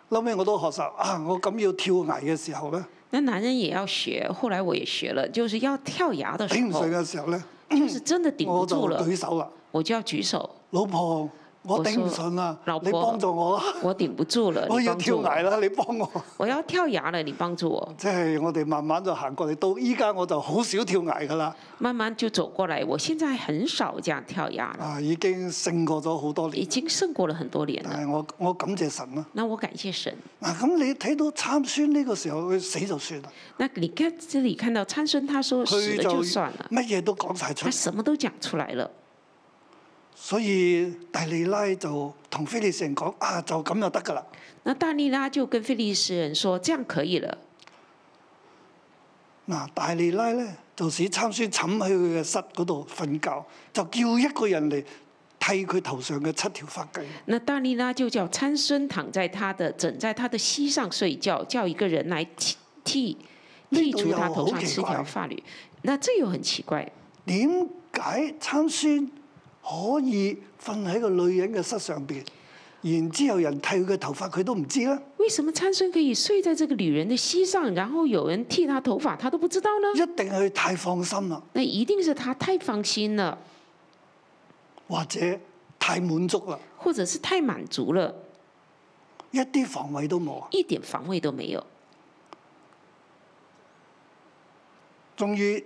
B: 後尾我都學習啊！我咁要跳崖嘅時候咧，
C: 那男人也要學，後來我也學了，就是要跳崖的時
B: 頂唔
C: 候
B: 順，嘅時候咧，
C: 就是真的頂
B: 哦我
C: 不
B: 就
C: 住了，
B: 舉手啦，
C: 我就要舉手，
B: 老婆，我
C: 我
B: 頂唔
C: 說
B: 順啦
C: 老，婆
B: 你幫助我啦，
C: 我頂不住了，
B: 我
C: (laughs)
B: 哦
C: 你
B: 要
C: 幫
B: 跳
C: 助
B: 崖
C: 我，
B: 啦，你幫我。
C: 我要跳崖了，你幫助我，
B: 即係我哋慢慢就行過嚟，到依家我就好少跳崖㗎啦，
C: 慢慢就走過來。我現在很少這樣跳崖了，
B: 啊已經勝過咗好多
C: 已
B: 年。
C: 經勝過了很多年了。
B: 但係我我感謝神啦。
C: 那我感謝神。
B: 嗱，咁你睇到參孫呢個時候，佢死就算啦，
C: 那你看這裡看到參孫，他說死
B: 佢
C: 了
B: 就
C: 就算了，
B: 乜嘢都講晒出
C: 他
B: 嚟，
C: 什麼都講出來了。
B: 所以大利拉就同菲利士人講：啊，就咁就得㗎啦。
C: 那大利拉就跟非利士人說：“這樣可以了。
B: 嗱，大利拉咧就使參孫枕喺佢嘅室嗰度瞓覺，就叫一個人嚟剃佢頭上嘅七條髮髻。”
C: 那大利拉就叫參孫躺在他的枕在他的膝上睡覺，叫一個人來剃剃
B: 呢
C: 剃
B: 度
C: 除他
B: 又
C: 頭
B: 好
C: 上
B: 奇
C: 七
B: 怪
C: 條髮綸。那這又很奇怪，
B: 點解參孫可以瞓喺個女人嘅室上邊，然之後人剃佢嘅頭髮佢都唔知咧？
C: 為什麼參孫可以睡在這個女人的膝上，然後有人剃他頭髮，他都不知道呢？
B: 一定係佢太放心啦，
C: 那一定是他太放心了，
B: 或者太滿足啦，
C: 或者是太滿足了，
B: 一啲防衞都冇啊！
C: 一點防衛都沒有。
B: 終於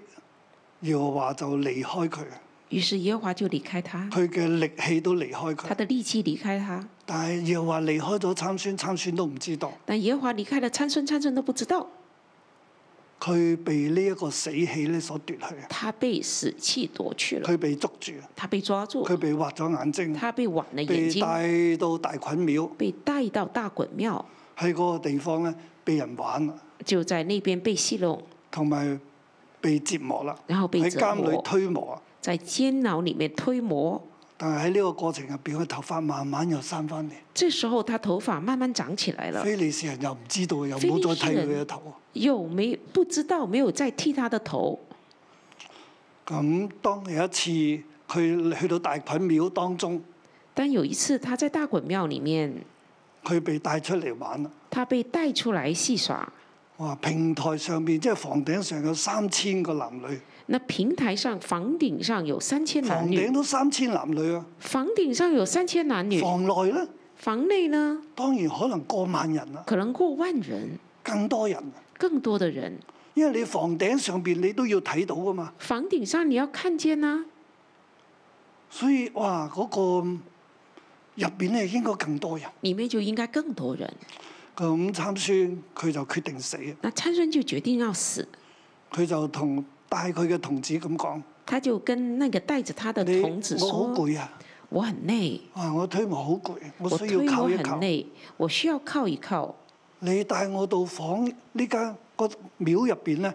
B: 耶和華就離開佢，
C: 於是耶和華就離開他，
B: 佢嘅力氣都離開
C: 他
B: 佢。
C: 的力氣離開他，
B: 但係耶和華離開咗參孫，參孫都唔知道。
C: 但耶和華離開了參孫，參孫都不知道。
B: 佢被呢一個死氣咧所奪去，啊
C: 他被死气夺去了，
B: 佢被捉住，啊
C: 他被抓住，
B: 佢被挖咗眼睛，
C: 他被挽了眼
B: 被
C: 睛，
B: 帶到大菌廟，
C: 被带到大衮庙，
B: 喺嗰個地方咧被人玩啦，
C: 就在那边被戏弄，
B: 同埋被折磨啦，
C: 然後被
B: 喺
C: 折
B: 監裏
C: 磨
B: 推磨啊。
C: 在监牢里面推磨。
B: 但係喺呢個過程入邊，佢頭髮慢慢又生翻嚟。
C: 这时候他頭髮慢慢長起來了，
B: 非利士人又唔知道，又
C: 非利
B: 冇再
C: 士
B: 剃佢嘅啊
C: 人
B: 頭。
C: 又沒不知道沒有再剃他的頭。
B: 咁當有一次佢去到大菌廟當中，
C: 但有一次他在大衮廟里面，
B: 佢被帶出嚟玩啦。
C: 他被帶出來戲耍。
B: 哇！平台上面即係房頂上有三千個男女，
C: 那平台上、房頂上有三千
B: 房
C: 男女
B: 頂，都三千男女啊。
C: 房頂上有三千男女，
B: 房內咧，
C: 房內呢
B: 當然可能過萬人啦，
C: 可能過萬人，
B: 更多人。啊
C: 更多的人。
B: 因為你房頂上邊你都要睇到噶嘛，
C: 房頂上你要看見呢、
B: 所以哇嗰、個入邊咧應該更多人。
C: 裡面就應該更多人。
B: 咁參孫佢就決定死，啊
C: 那參孫就決定要死，
B: 佢就同帶佢嘅童子咁講：
C: 他就跟那個帶着他的
B: 你
C: 童子
B: 我好
C: 說
B: 攰啊！：
C: 我很累，
B: 啊！我推磨好攰，我
C: 我
B: 需要
C: 推
B: 靠
C: 我
B: 一
C: 很
B: 靠。
C: 累，我需要靠一靠。
B: 你帶我到房呢間個廟入邊咧，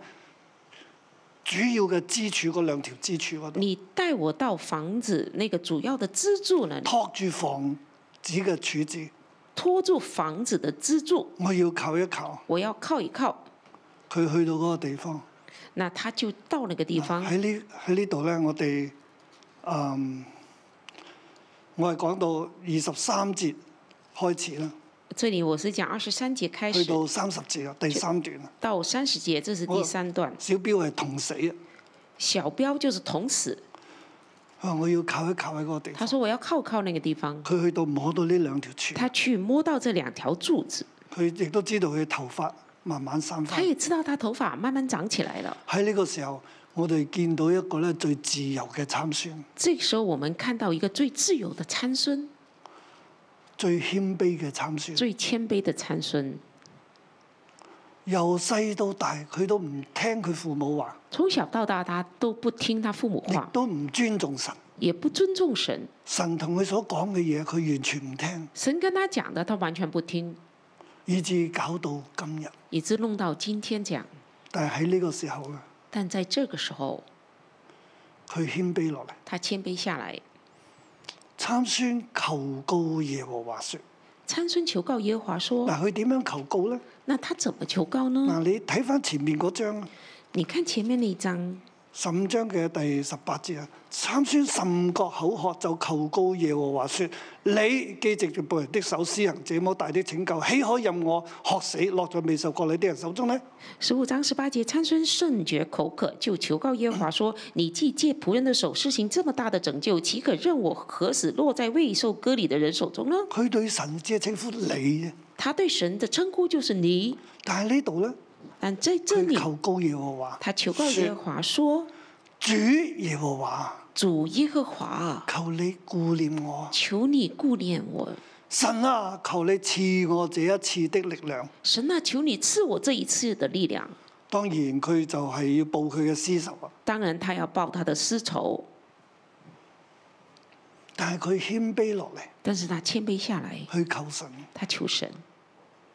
B: 主要嘅支柱嗰兩條支柱嗰度，
C: 你帶我到房子那個主要的支柱那裡，
B: 托住房子嘅柱子，
C: 拖住房子的支柱，
B: 我要靠一靠。
C: 我要靠一靠。
B: 佢去到嗰個地方，
C: 那他就到那個地方。
B: 喺呢喺呢度咧，我哋嗯，我係講到二十三節開始啦，
C: 這裡我是講二十三節開
B: 去
C: 始
B: 到三十節啦，第三段啦。
C: 到三十節，這是第三段。
B: 小標係同死啊！
C: 小標就是捅死，
B: 佢話我要靠一靠喺嗰個地
C: 他
B: 方。
C: 說我要靠靠那個地方。
B: 佢去到摸到呢兩條柱，
C: 他去摸到這兩條柱子，
B: 佢亦都知道佢頭髮慢慢生
C: 他
B: 翻。
C: 也知道他頭髮慢慢長起來了。
B: 喺呢個時候，我哋見到一個咧最自由嘅參孫，
C: 這個時候，我們看到一個最自由的參孫，
B: 最謙卑嘅參孫。
C: 最謙卑的參孫。
B: 由細到大，佢都唔聽佢父母話，
C: 從小到大，他都不聽他父母
B: 亦
C: 話，
B: 都唔尊重神。
C: 也不尊重神。
B: 神同佢所講嘅嘢，佢完全唔聽，
C: 神跟他講的，他完全不聽，
B: 以至搞到今日。
C: 以致弄到今天講。
B: 但係喺呢個時候啊，
C: 但在這個時候，
B: 佢謙卑落嚟。
C: 他謙卑下來，
B: 參孫求告耶和華說：
C: 參孫求告耶和華說
B: 嗱，佢點樣求告呢？
C: 那他怎麼求告呢？
B: 嗱，你睇翻前面嗰章啊。
C: 你看前面那一章，
B: 十五章嘅第十八節啊，參孫甚覺口渴，就求告耶和華說：你既藉住僕人的手施行這麼大的拯救，豈可任我渴死落在未受割禮的人手中呢？
C: 十五章十八節，參孫甚覺口渴，就求告耶和華說：“你既借僕人的手施行這麼大的拯救，岂可任我何死落在未受割禮的人手中呢
B: 佢對神只係稱呼你啫，？”
C: 他對神的稱呼就是你，
B: 但係呢度咧，
C: 但在這
B: 佢
C: 裡，
B: 求告耶和華，
C: 他求告耶和華說
B: 主耶和華，：“
C: 主耶和華啊，
B: 求你顧念我，
C: 求你顧念我，
B: 神啊，求你賜我這一次的力量。
C: 神啊，求你賜我這一次的力量。
B: 當然佢就係要報佢嘅私仇啊，”
C: 當然，他要報他的私仇，
B: 但係佢謙卑落嚟
C: 但是他謙卑下來，
B: 去求神，
C: 他求神，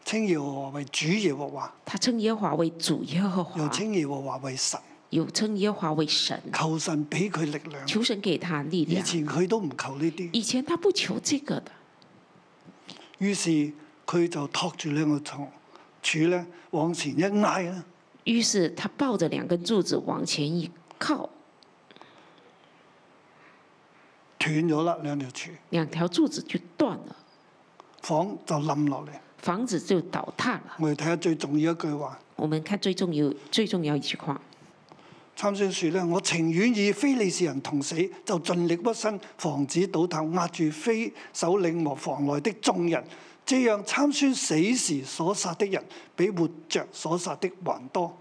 B: 稱耶和華為主耶和華。
C: 他稱耶和華為主耶和
B: 又
C: 華，
B: 稱耶和華為神，
C: 又稱耶和華為神，
B: 求神俾佢力量。
C: 求神給他力
B: 以
C: 量。
B: 前佢都唔求呢啲，
C: 以前他不求這個的，
B: 於是佢就托住兩個蟲柱咧，往前一挨咧，
C: 於是他抱着兩根柱子往前一靠，
B: 斷咗啦兩條柱，
C: 兩條柱子就斷了，
B: 房就冧落嚟。
C: 房子就倒塌了。
B: 我哋睇下最重要一句話，
C: 我們看最重要最重要一句話：
B: 參孫説咧：我情願與非利士人同死，就盡力屈身，防止倒塌，壓住非首領和房內的眾人。這樣參孫死時所殺的人，比活着所殺的還多。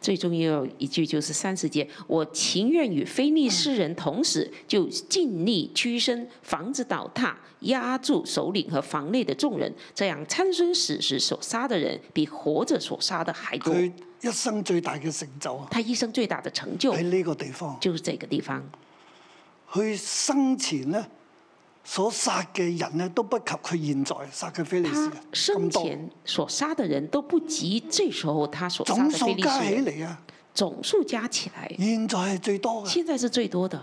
C: 最重要一句就是三十节，我情愿与非利士人同死，就尽力屈身，防止倒塌，压住首领和房内的众人。这样参孙死时所杀的人，比活着所杀的还多。
B: 佢一生最大嘅成就啊，
C: 他一生最大的成就
B: 喺呢個地方。
C: 就是这个地方。
B: 佢生前咧所殺嘅人咧都不及佢現在殺嘅非利士
C: 他
B: 人
C: 生
B: 咁多，
C: 前所杀的人都不及这时候他所杀
B: 總
C: 的非
B: 數
C: 利
B: 加
C: 士
B: 起
C: 人，
B: 嚟啊，
C: 总数加起来，
B: 現在係最多嘅。
C: 现在是最多的。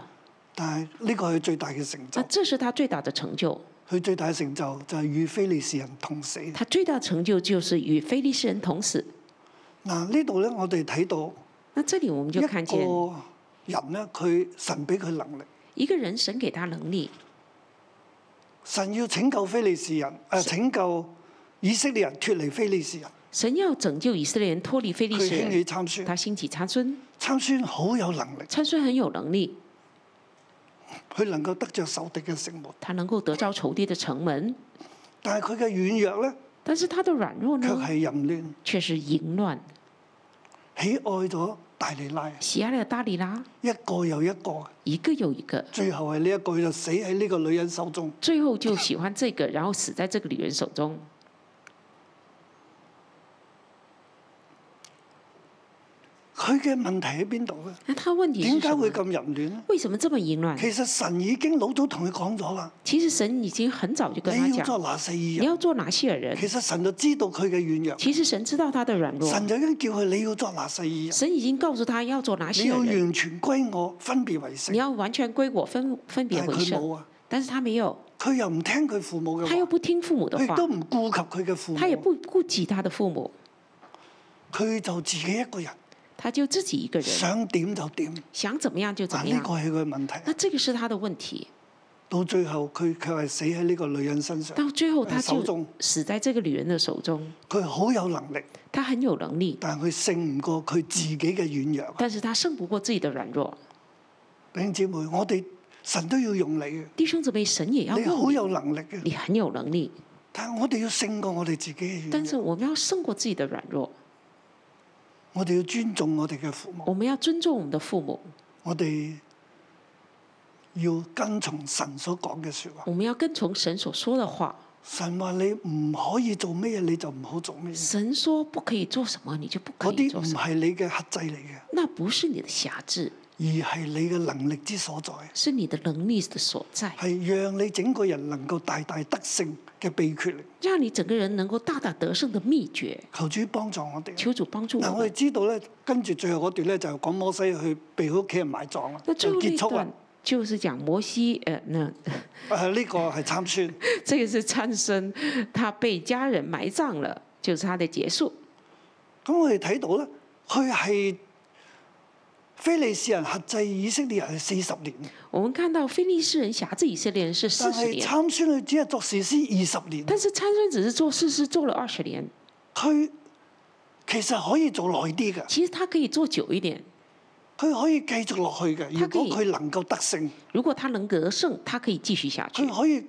B: 但係呢個係佢最大嘅成就
C: 那。这是他最大的成就。
B: 佢最大嘅成就就係與非利士人同死。
C: 他最大的成就就是与非利士人同死。
B: 嗱呢度咧，我哋睇到
C: 那这里我们
B: 一
C: 就
B: 個
C: 看见
B: 人咧，佢神俾佢能力，
C: 一个人神给他能力，
B: 神要拯救非利士人，誒、呃拯救以色列人脱離非利士人，
C: 神要拯救以色列人脱离非利
B: 佢
C: 士
B: 興
C: 人，
B: 起參孫，
C: 他兴起参孙，
B: 參孫好有能力，
C: 参孙很有能力，
B: 佢能夠得着仇敵嘅城門，
C: 他能够得着仇敌的城门，
B: 但係佢嘅軟弱咧，
C: 但是他的软弱
B: 卻
C: 呢，
B: 係淫亂，
C: 却是淫乱，
B: 喜愛咗大利拉，
C: 喜爱了大利拉，
B: 一個又一個，
C: 一个又一个，
B: 最後係呢一個佢就死喺呢個女人手中。
C: 最后就喜欢这个，然后死在这个女人手中。
B: 佢嘅問題喺邊度咧？
C: 那他问题
B: 點
C: 是
B: 解
C: 什
B: 會
C: 么？
B: 咁淫亂咧？
C: 为什么这么淫乱？
B: 其實神已經老早同佢講咗啦，
C: 其实神已经很早就跟他
B: 你要
C: 讲，
B: 做拿四
C: 你
B: 二人。
C: 要做拿西尔人。
B: 其實神就知道佢嘅軟弱，
C: 其实神知道他的软弱，
B: 神就已經叫佢你要作拿細耳人，
C: 神已经告诉他要做拿
B: 你
C: 西
B: 要
C: 尔人，
B: 完全歸我，分別為聖
C: 你。要完全归我分分别
B: 但係
C: 为
B: 佢
C: 圣。
B: 冇啊，
C: 但是他没有，
B: 佢又唔聽佢父母嘅
C: 他又
B: 話，
C: 不听父母的
B: 佢亦都
C: 话，
B: 唔顧及佢嘅父
C: 他也
B: 母，
C: 不顾及他的父母，
B: 佢就自己一個人
C: 他就自己一个人
B: 想點就點。
C: 想怎么样就怎
B: 嗱，
C: 么
B: 呢個
C: 样。
B: 係佢嘅問題。
C: 那这个是他的问题，
B: 到最後，佢卻係死喺呢個女人身上。
C: 到最后他
B: 手
C: 就
B: 中
C: 死在这个女人的手中。
B: 佢好有能力，
C: 他很有能力，
B: 但係佢勝唔過佢自己嘅軟弱。
C: 但是他胜不过自己的软弱。
B: 弟兄姊妹，我哋神都要用你嘅，
C: 弟兄姊妹，神也要
B: 你好
C: 用你，
B: 有能力嘅，
C: 你很有能力，
B: 但係我哋要勝過我哋自己嘅
C: 但
B: 軟
C: 是
B: 弱。
C: 我们要胜过自己的软弱。
B: 我哋要尊重我哋嘅父母。
C: 我们要尊重我们的父母，
B: 我哋要跟從神所講嘅説話。
C: 我们要跟从神所说的话。
B: 神話你唔可以做咩嘢，你就唔好做咩嘢。
C: 神说不可以做什么，你就不可
B: 嗰
C: 以
B: 啲
C: 做
B: 唔
C: 什么。
B: 係你嘅克制嚟嘅，
C: 那不是你的瑕疵，
B: 而係你嘅能力之所在，
C: 是你的能力的所在，
B: 係讓你整個人能夠大大得勝嘅秘訣嚟。
C: 让你整个人能够大大得胜的秘诀。
B: 求主幫助我哋。
C: 求主帮助
B: 嗱，我
C: 我
B: 哋
C: 们。
B: 知道咧，跟住最後嗰段咧就講摩西去被佢屋企人埋葬啦，
C: 那
B: 就
C: 最后那
B: 結
C: 一
B: 束啦
C: 段。就是讲摩西，呃，那 (laughs)
B: 誒呢個係參孫，
C: 这个是参生，他被家人埋葬了，就是他的结束。
B: 咁我哋睇到咧，佢係非利士人克制以色列人係四十年。
C: 我们看到非利士人辖制以色列人是四
B: 但
C: 十
B: 係
C: 年，
B: 參孫佢只係作士師二十年，
C: 但是参孙只是做事是做了二十年，
B: 佢其實可以做耐啲嘅，
C: 其实他可以做久一点。
B: 佢可以繼續落去嘅。如
C: 佢可以
B: 果佢能夠得勝，
C: 如果他能得胜，他可以继续下去
B: 佢，可以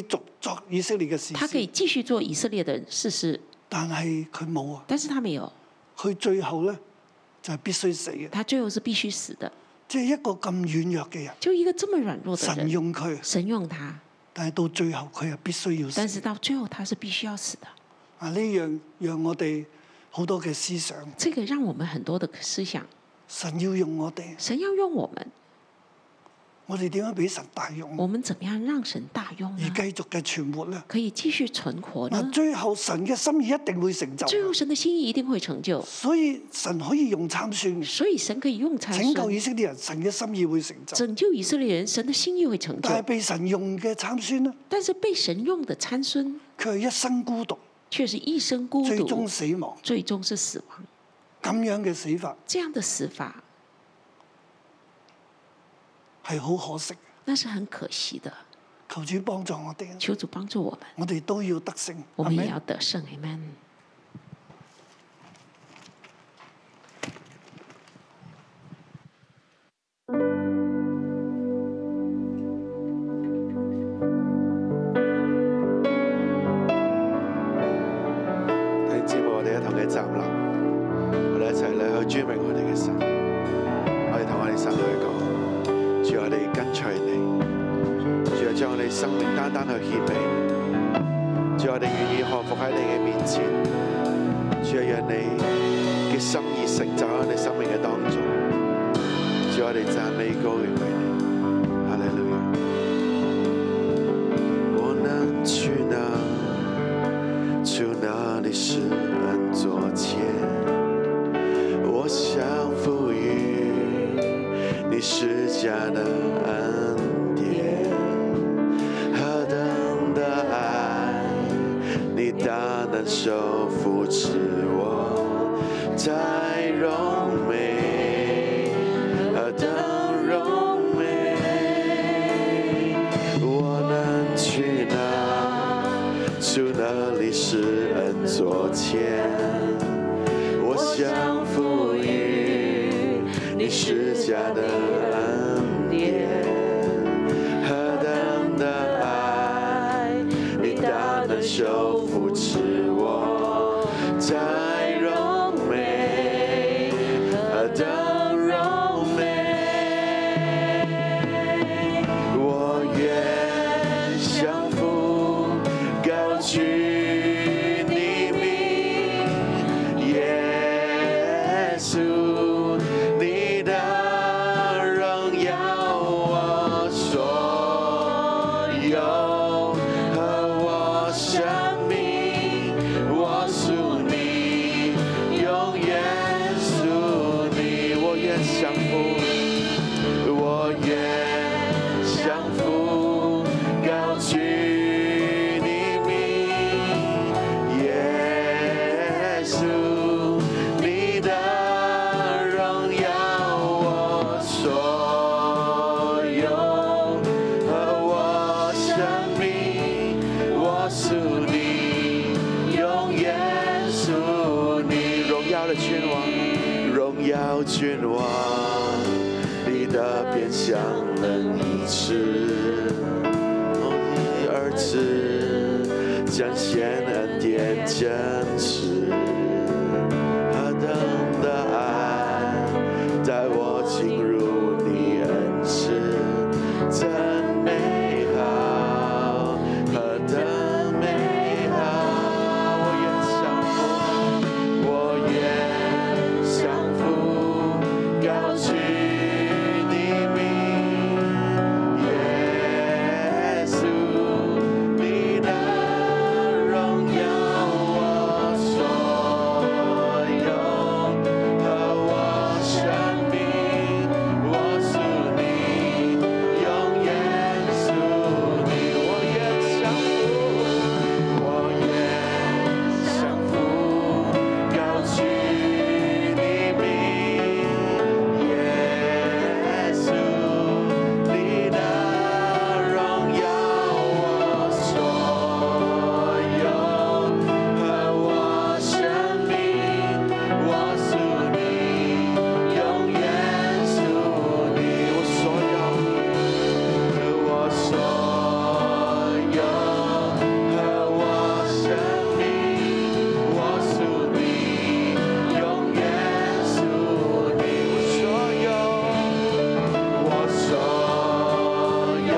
B: 繼續作以色列嘅士
C: 他可以
B: 師。
C: 继续做以色列的事事，
B: 但係佢冇啊，
C: 但是他没有，
B: 佢最後咧就係、必須死嘅，
C: 他最後是必須死的。
B: 即係一個咁軟弱嘅人，
C: 就一個這麼軟弱的
B: 神
C: 人，
B: 用佢，
C: 神用他，
B: 但係到最後佢係必須要
C: 但
B: 死。
C: 是到最後他是必須要死的。
B: 啊，呢樣讓我哋好多嘅思想，
C: 這個讓我們很多的思想，
B: 神要用我哋，
C: 神要用我們，
B: 我哋點樣俾神大用，
C: 我們怎麼樣讓神大用
B: 而
C: 呢？
B: 繼續嘅存活咧？
C: 可以繼續存活呢
B: 嗱，？最啊後神嘅心意一定會成就
C: 啊最後
B: 嘅，
C: 神的心意一定會成就，
B: 所以神可以用參孫
C: 所以神可以用參
B: 拯救
C: 孫
B: 以色列人，神嘅心意會成就。
C: 拯救以色列人，神的心意會成就
B: 但。係被神用嘅參孫呢，
C: 但是被神用的參孫
B: 佢係一生孤獨，
C: 卻是一生孤
B: 最終
C: 獨，
B: 死亡。
C: 最終是死亡。
B: 咁樣嘅死法
C: 這樣的死法，
B: 係好可惜嘅。
C: 那是很可惜的。
B: 求主幫助我哋，
C: 求主幫助我們，
B: 我哋都要得勝，
C: 我
B: 係
C: 們也
B: 咪
C: 要？得勝。Amen。
D: 弟兄姊妹，我哋一同嘅站立，我哋一齊咧去到尊榮我哋嘅神，我哋同我哋神去講，主我哋跟隨你，主啊將我哋生命單單去獻俾你，主我哋願意降服喺你嘅面前，主啊讓你嘅心意成就喺我哋生命嘅當中，主我哋讚美高榮俾你，哈利路亞。我能去哪？就那里是安坐前，我想赋予你施加的恩典，何等的爱，你大能手扶持我，太柔美，何等柔美，我能去哪？主那里是恩座前，我想赋予你施加的恩典，何等的爱，你大能手扶持我，太柔美，何等柔美。我愿降服，高举你名，耶稣，你的荣耀我所有和我生命，我属你，永远属你，我愿降服。我愿降服，高举你名，耶稣，你的荣耀我所有，和我生命，我属你，永远属你，荣耀的君王，荣耀君王。你的变相能医治，你儿子彰显恩典真实，何等的爱，带我进入你恩赐，真美好，何等美好，我愿相逢。我愿降服，高举你名，耶稣，你的荣耀我所有，和我生命，我属你，永远属你，我愿降服，我愿降服。高举你名，耶稣，你的荣耀我所有，和我生命，我属你，永远属你，我所有，和我所有，和我生命。我属你，永远属你，我所有，我所有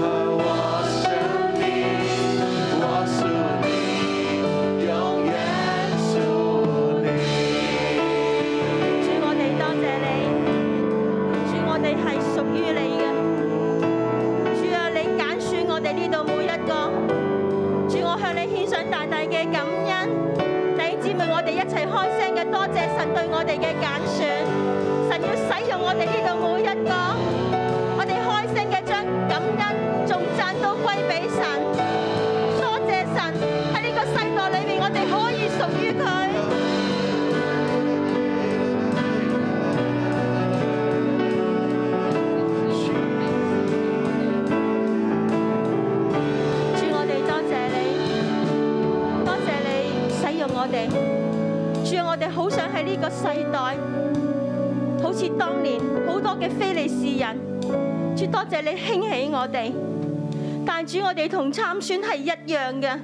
D: 和我生命，我属你，永远属你。
E: 主，我哋多謝你，主，我哋係屬於你嘅。主啊，你揀選我哋呢度每一個，主，我向你獻上大大嘅感恩。弟兄姊妹，我哋一齊開聲嘅多謝神對我哋嘅揀選，神要使用我哋呢度每一個，我哋開聲嘅將感恩、仲讚都歸俾神。多謝神喺呢個世代裏面，我哋可以屬於佢。主，我哋多謝你，多謝你使用我哋。主，我哋好想喺呢個世代，好似當年好多嘅非利士人。主，多謝你興起我哋。但主，我哋同參選係一樣嘅，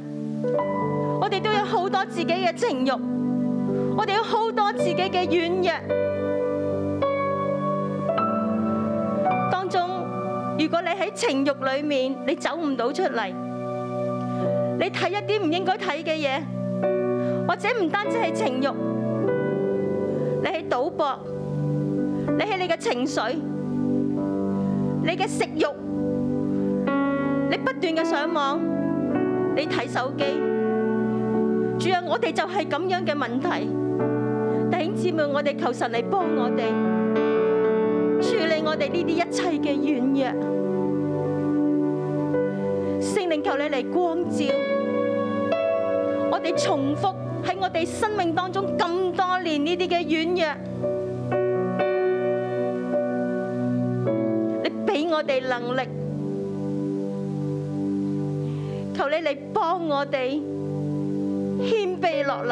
E: 我哋都有好多自己嘅情慾，我哋要 hold 多自己嘅軟弱。當中，如果你喺情慾裏面，你走唔到出嚟，你睇一啲唔應該睇嘅嘢，或者唔單止係情慾，你喺賭博，你喺你嘅情緒，你嘅食慾，你不斷嘅上網，你睇手機。主啊，我哋就係咁樣嘅問題。弟兄姊妹，我哋求神嚟幫我哋處理我哋呢啲一切嘅軟弱。聖靈求你嚟光照我哋重複喺我哋生命當中咁多年呢啲嘅軟弱，你俾我哋能力，求你嚟幫我哋。谦卑落嚟。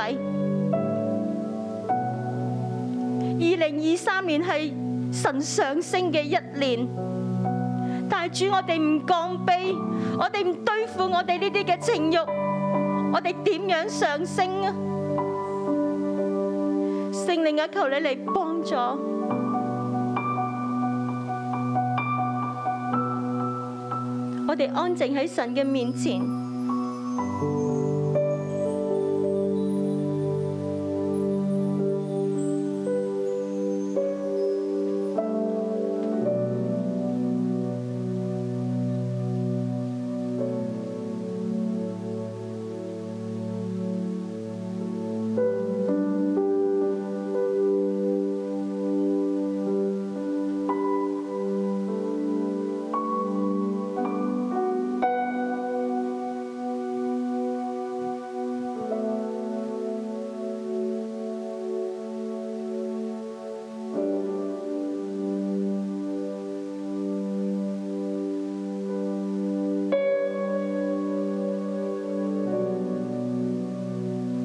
E: 二零二三年係神上升嘅一年，但係主我哋唔降卑，我哋唔對付我哋呢啲嘅情慾，我哋點樣上升啊？聖靈啊，求你嚟幫助。我哋安靜喺神嘅面前。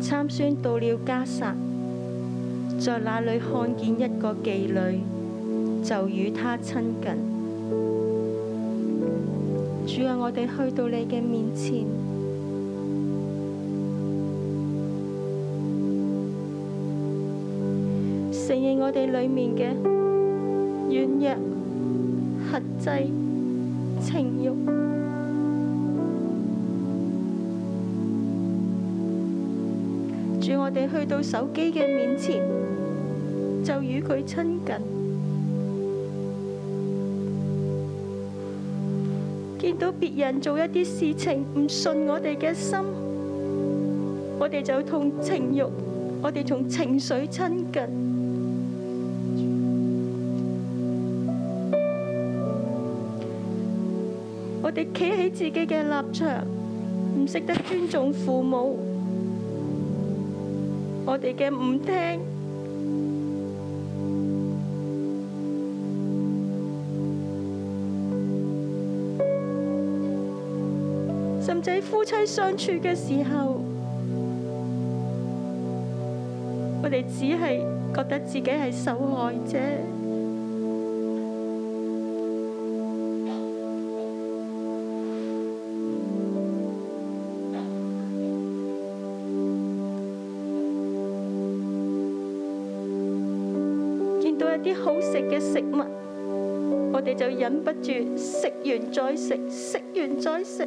E: 參孫到了加撒，在那裏看見一個妓女，就與她親近。主啊，我哋去到你嘅面前，承認我哋裏面嘅軟弱、克制、情慾。主，我哋去到手機嘅面前，就與佢親近，見到別人做一啲事情唔順我哋嘅心，我哋就同情慾，我哋同情緒親近。我哋企喺自己嘅立場，唔識得尊重父母。我哋嘅唔聽。甚至喺夫妻相處嘅時候，我哋只係覺得自己係受害者。見到一啲好食嘅食物，我哋就忍不住食完再食，食完再食。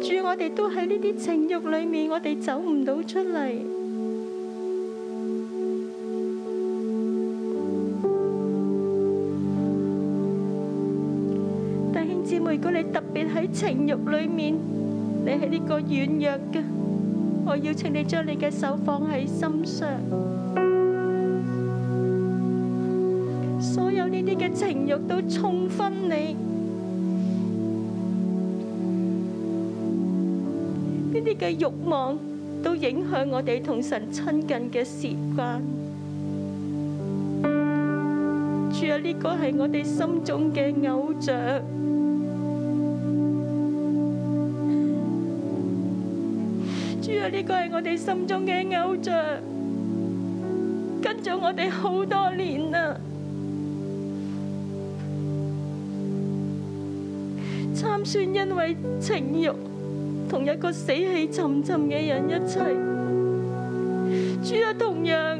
E: 主，我哋都喺呢啲情慾裏面，我哋走唔到出嚟。弟兄姊妹，如果你特別喺情慾裏面，你係呢個軟弱嘅，我邀請你將你嘅手放喺心上。所有呢啲嘅情欲都沖昏你，呢啲嘅慾望都影響我哋同神親近嘅時間。主啊，呢個係我哋心中嘅偶像。主啊，呢個係我哋心中嘅偶像，跟咗我哋好多年啦。參孫因為情慾同一個死氣沉沉嘅人一齊，主啊，同樣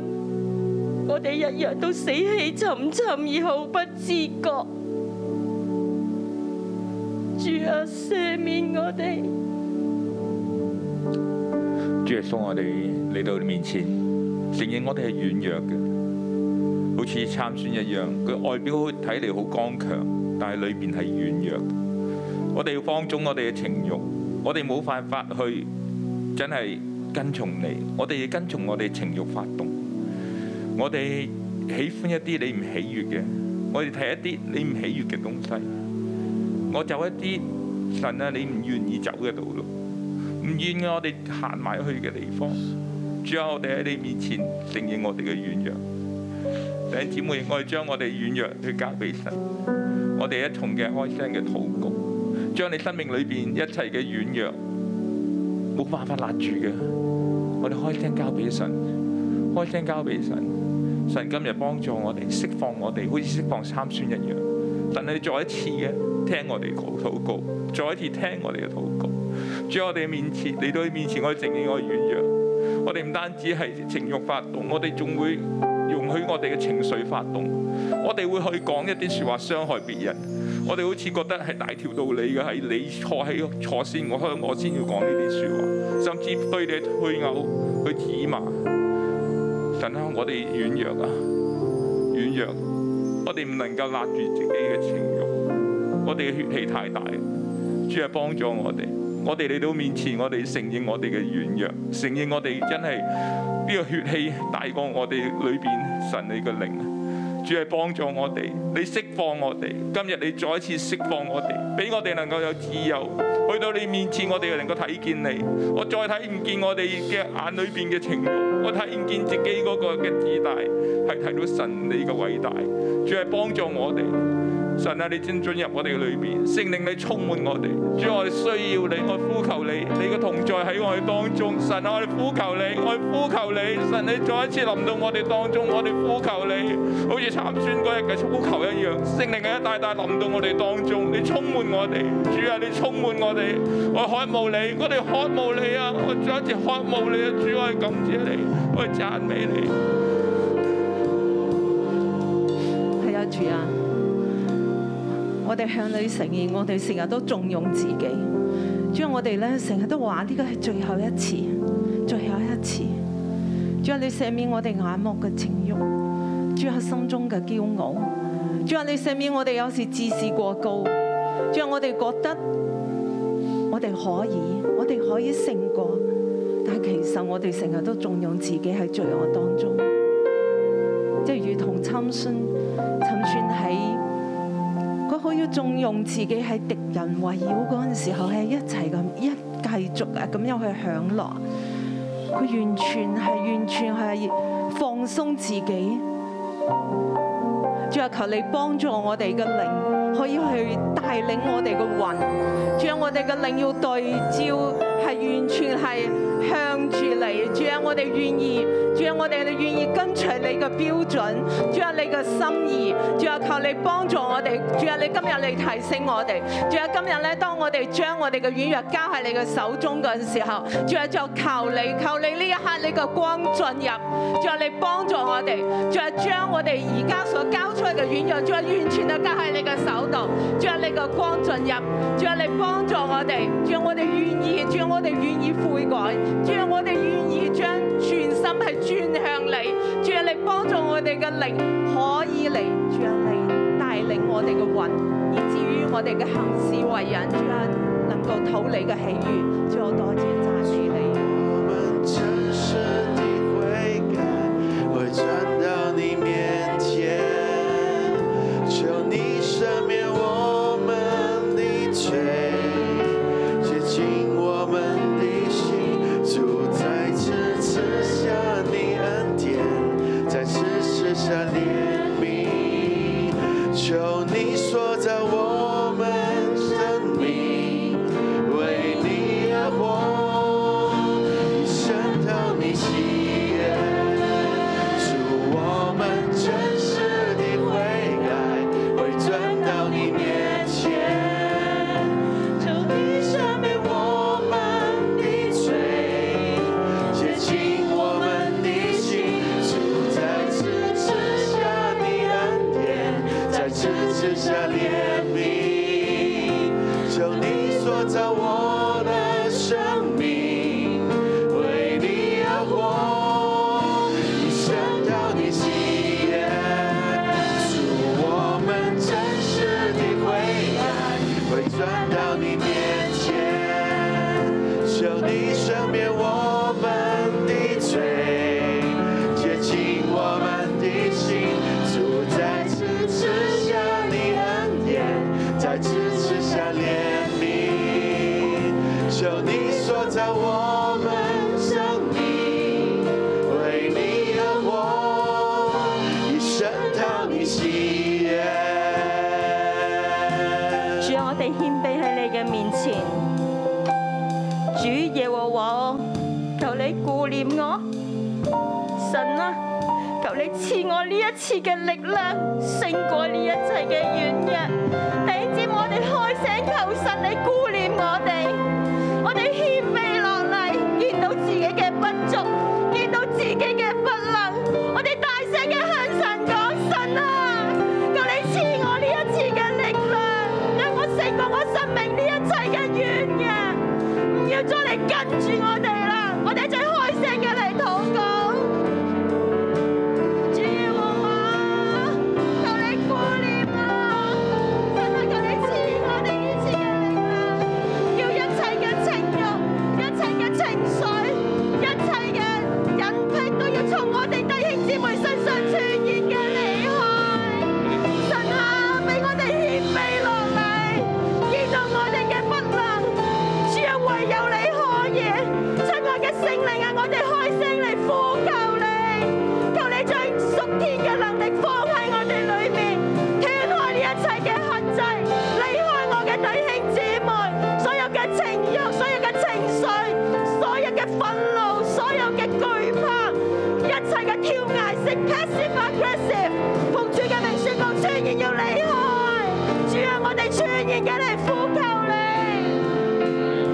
E: 我哋一樣都死氣沉沉而毫不自覺。主啊，赦免我哋，
F: 主耶穌，我哋嚟到你面前，承認我哋係軟弱嘅，好似參孫一樣，佢外表好睇嚟好剛強，但係裏邊係軟弱。我哋要放縱我哋嘅情慾，我哋冇辦法去真係跟從你，我哋要跟從我哋情慾發動。我哋喜歡一啲你唔喜悅嘅，我哋睇一啲你唔喜悅嘅東西，我走一啲神啊你唔願意走嘅道路。唔願嘅我哋行埋去嘅地方。主啊，我哋喺你面前承認我哋嘅軟弱。弟兄姊妹，我哋將我哋軟弱去交俾神，我哋一同嘅開聲嘅禱告，將你生命裏邊一切嘅軟弱冇辦法勒住嘅，我哋開聲交俾神，開聲交俾神。神今日幫助我哋釋放我哋，好似釋放參孫一樣。神，你再一次嘅聽我哋嘅禱告，再一次聽我哋嘅禱告。主喺我哋面前，嚟到你面前，我哋承認我哋軟弱，我哋唔單止係情慾發動，我哋仲會容許我哋嘅情緒發動，我哋會去講一啲説話傷害別人，我哋好似覺得係大條道理嘅，係你錯喺錯先，我香我先要講呢啲説話，甚至對你去偶去指罵。神啊，我哋軟弱啊，軟弱，我哋唔能夠勒住自己嘅情慾，我哋嘅血氣太大，主係幫助我哋。我哋嚟到面前，我哋承認我哋嘅軟弱，承認我哋真係呢個血氣大過我哋裏邊神你嘅靈，主係幫助我哋，你釋放我哋。今日你再一次釋放我哋，俾我哋能夠有自由，去到你面前，我哋能夠睇見你。我再睇唔見我哋嘅眼裏邊嘅情慾，我睇唔見自己嗰個嘅自大，係睇到神你嘅偉大，主係幫助我哋。神啊，你正進入我哋嘅裏邊，聖靈你充滿我哋，主我哋需要你，我呼求你，你嘅同在喺我哋當中，神啊，我哋呼求你，我哋呼求你，神你再一次臨到我哋當中，我哋呼求你，好似參孫嗰日嘅呼求一樣，聖靈你一大大臨到我哋當中，你充滿我哋，主啊，你充滿我哋，我渴慕你，我哋渴慕你啊，我再一次渴慕你啊，主我哋感謝你，我哋讚美你。
G: 係啊，主啊，我哋向你承認，我哋成日都縱容自己。主啊，我哋咧成日都話呢個係最後一次，最後一次。主啊，你赦免我哋眼目嘅情慾，主啊心中嘅驕傲。主啊，你赦免我哋有時自視過高。主啊，我哋覺得我哋可以，我哋可以勝過，但係其實我哋成日都縱容自己喺罪惡當中，即係如同參孫。沉船喺佢好要縱容自己喺敵人圍繞嗰陣時候，係一齊咁一繼續啊咁樣去享樂。佢完全係完全係放鬆自己。主啊，求你幫助我哋嘅靈，可以去帶領我哋嘅魂。主啊，我哋嘅靈要對焦，係完全係向住你。主啊，我哋願意，主啊，我哋願意跟隨你嘅標準。主啊，你嘅心意。主啊，求你幫助我哋。主啊，你今日你提升我哋。主啊，今日咧，當我哋將我哋嘅軟弱交喺你嘅手中嗰陣時候，主啊，就求你，求你呢一刻你嘅光進入。主啊，你幫助我哋。主啊，將我哋而家所交出去嘅軟弱，主啊，完全都交喺你嘅手度。主啊，你嘅光進入。主啊，你幫助我哋。主啊，我哋願意。主啊，我哋願意悔改。主啊，我哋願意將全心係轉向你。主啊，你幫助我哋嘅靈可以嚟。主啊，你帶領我哋嘅魂，以至於我哋嘅行事為人，主啊，能夠討你嘅喜悅。主啊，我多謝讚美你。
D: 我们诚实地悔改，我站到你面前，求你赦免我们的罪，洁净我们的心，主再次赐下你恩典，再次赐下怜悯，求你塑造我们生命，为你而活。我的生命为你而活，一生讨你喜悦。祝我们真实的悔改，会转到你面前。求你赦免我们的罪，洁净我们的心。主再次赐下你恩典，再次赐下怜悯。求你塑造我们生命，为你而活，一生讨你喜悦。
G: 主啊，我哋谦卑喺你嘅面前。主耶和華，求你顧念我。神啊，求你賜我呢一次嘅力量，勝過呢一切嘅軟弱。弟兄姊妹，我哋開聲求神你顧念我哋，我哋謙卑落嚟，見到自己嘅不足，見到自己嘅不能，我哋大聲嘅向神講：神啊，求你賜我呢一次嘅力量，讓我勝過我生命呢一切嘅軟弱，唔要再嚟跟住我哋啦，我哋再開聲嘅嚟禱告。主耶和華，求你顧念啊！神啊，求你賜我哋呢次嘅力量，叫一切嘅情慾、一切嘅情緒、一切嘅隱癖都要從我哋弟兄姊妹身上傳染嘅離開。神啊，俾我哋謙卑落嚟，見到我哋嘅不能，主啊，唯有你可以。親愛嘅聖靈啊，我哋開聲嚟呼求你。求你將屬天嘅能力放喺我哋裏面，脱開呢一切嘅限制，離開我嘅弟兄姊妹，所有嘅情慾、所有嘅情緒、所有嘅憤怒、所有嘅懼怕，一切嘅跳崖式 passive aggressive，奉主嘅名宣告，全然要離開。主啊，我哋全然嘅嚟呼求你。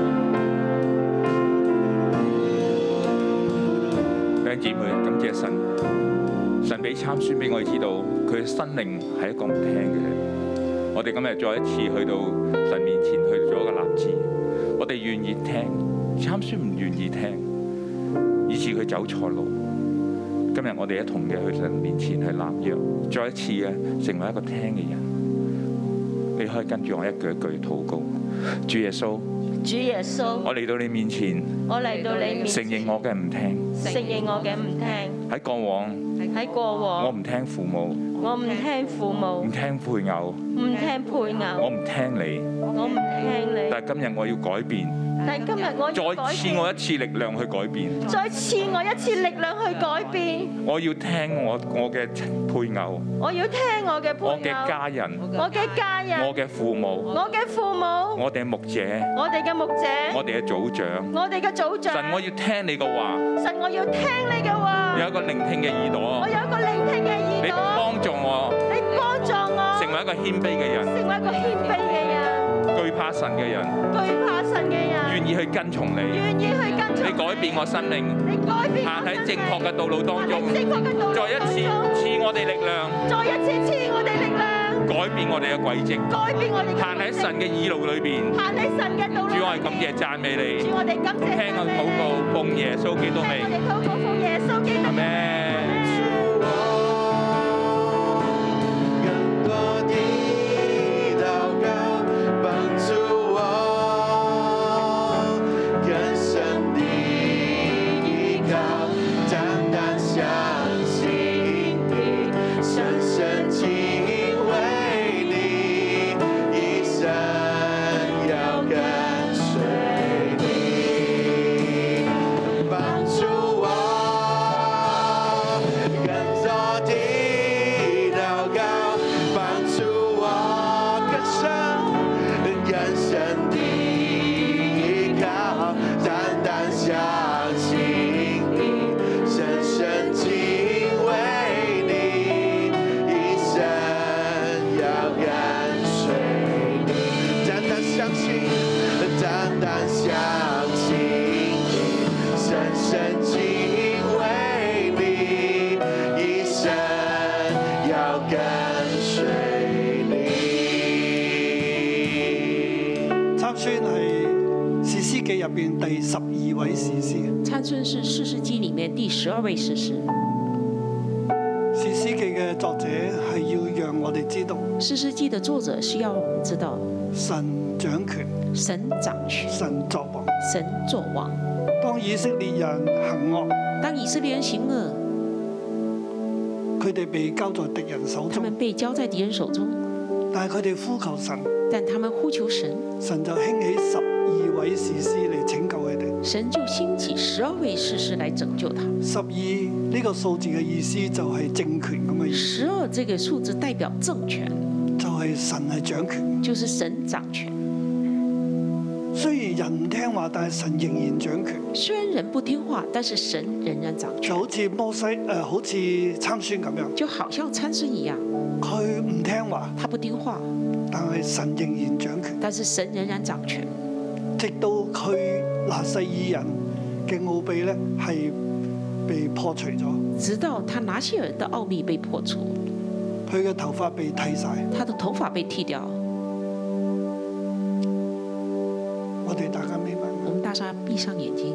F: 弟兄姊妹，感謝神，神俾參孫俾我哋知道，佢嘅生命係一個唔聽嘅人。我哋今日再一次去到神面前去做一個立志，我哋願意聽，參孫唔願意聽，以致佢走錯路。今日我哋一同嘅去神面前去立約，再一次嘅成為一個聽嘅人。你可以跟住我一句一句禱告，主耶穌，
G: 主耶穌，
F: 我嚟到你面前，
G: 我嚟到你面
F: 承
G: 前，
F: 認我嘅唔聽。
G: 承認我嘅唔聽，
F: 喺過往，
G: 喺過
F: 我
G: 往
F: 唔聽父母，
G: 我唔聽父母
F: 唔，聽配偶，
G: 唔聽配
F: 我
G: 偶，
F: 唔聽你。
G: 我唔聽你。
F: 但係今日我要改變，
G: 但係今日我
F: 再
G: 要改
F: 賜
G: 變，
F: 我一次力量去改變。
G: 再賜我一次力量去改變。
F: 我要聽我我嘅配偶、
G: 我要聽我嘅配
F: 我嘅
G: 偶，
F: 家人、
G: 我嘅家
F: 我
G: 人，
F: 嘅父母、
G: 我嘅父母，
F: 我哋嘅牧者、
G: 我哋嘅牧者，
F: 我哋嘅組長。
G: 我哋嘅組長。
F: 神，我要聽你嘅話，
G: 神，我要聽你嘅話，
F: 有一個聆聽嘅耳
G: 我
F: 朵。
G: 有一個聆聽嘅
F: 你
G: 耳朵，
F: 幫助我
G: 你幫助我
F: 成為一個謙卑嘅人、
G: 成為一個謙卑嘅人，
F: 懼怕神嘅人，
G: 懼怕神嘅人，
F: 願意去跟從你。
G: 願意去跟從
F: 你改變我生命，
G: 你改變
F: 行
G: 我
F: 喺
G: 生
F: 正確
G: 命
F: 嘅道路當中
G: 行。喺正確嘅道路
F: 再一次
G: 當中
F: 賜我哋力量，
G: 再一次賜我哋力量，
F: 改變我哋嘅軌跡，
G: 改變我哋嘅
F: 行喺
G: 信
F: 神嘅義路裏邊。
G: 行喺神嘅道路。
F: 主，我係感謝讚美你
G: 主，，我哋感謝
F: 聽我禱告，奉耶穌基督
G: 聽我哋
F: 名，
G: 禱告奉耶穌基督
F: 阿
G: 嘅名。
F: 咩？
D: 更多的祷告，帮助我更深的依靠，单单相信你，深深敬畏你，一生要跟随你，帮助我更多的祷告，帮助我更深更深的依靠，单单相信你，深深敬畏你，一生要跟随你，单单相信，单单相信你，深深敬畏你，一生要跟随你。
B: 參孫係士師記入邊第十二位士師，
C: 参孙是四世纪里面第十二位士师，
B: 士師記嘅作者係要讓我哋知道
C: 四世纪的作者是要我们知道
B: 神掌權，
C: 神掌权，
B: 神作王。
C: 神作王。
B: 當以色列人行惡，
C: 当以色列人行恶，
B: 佢哋被交在敵人手
C: 他
B: 中
C: 们，被交在敌人手中，
B: 但係佢哋呼求神，
C: 但他们呼求神，
B: 神就興起十二位士師嚟拯救佢哋。
C: 神就兴起十二位士师来拯救他们。
B: 十二呢個數字嘅意思就係政權咁嘅意思，
C: 十二这个数字代表政权，
B: 就係神係掌權。
C: 就是神掌权。
B: 雖然人唔聽話，但係神仍然掌權。
C: 虽然人不听话，但是神仍然掌
B: 就
C: 权。
B: 好似摩西誒、呃好似參孫咁樣，
C: 就好像参孙一样，
B: 佢唔聽話，
C: 他不听话，
B: 但係神仍然掌權，
C: 但是神仍然掌权，
B: 直到佢拿細二人嘅奧秘咧係被破除咗，
C: 直到他拿西尔的奥秘被破除，
B: 佢嘅頭髮被剃晒。
C: 他的头发被剃掉。
B: 我哋大家明白，
C: 我们大家闭上眼睛，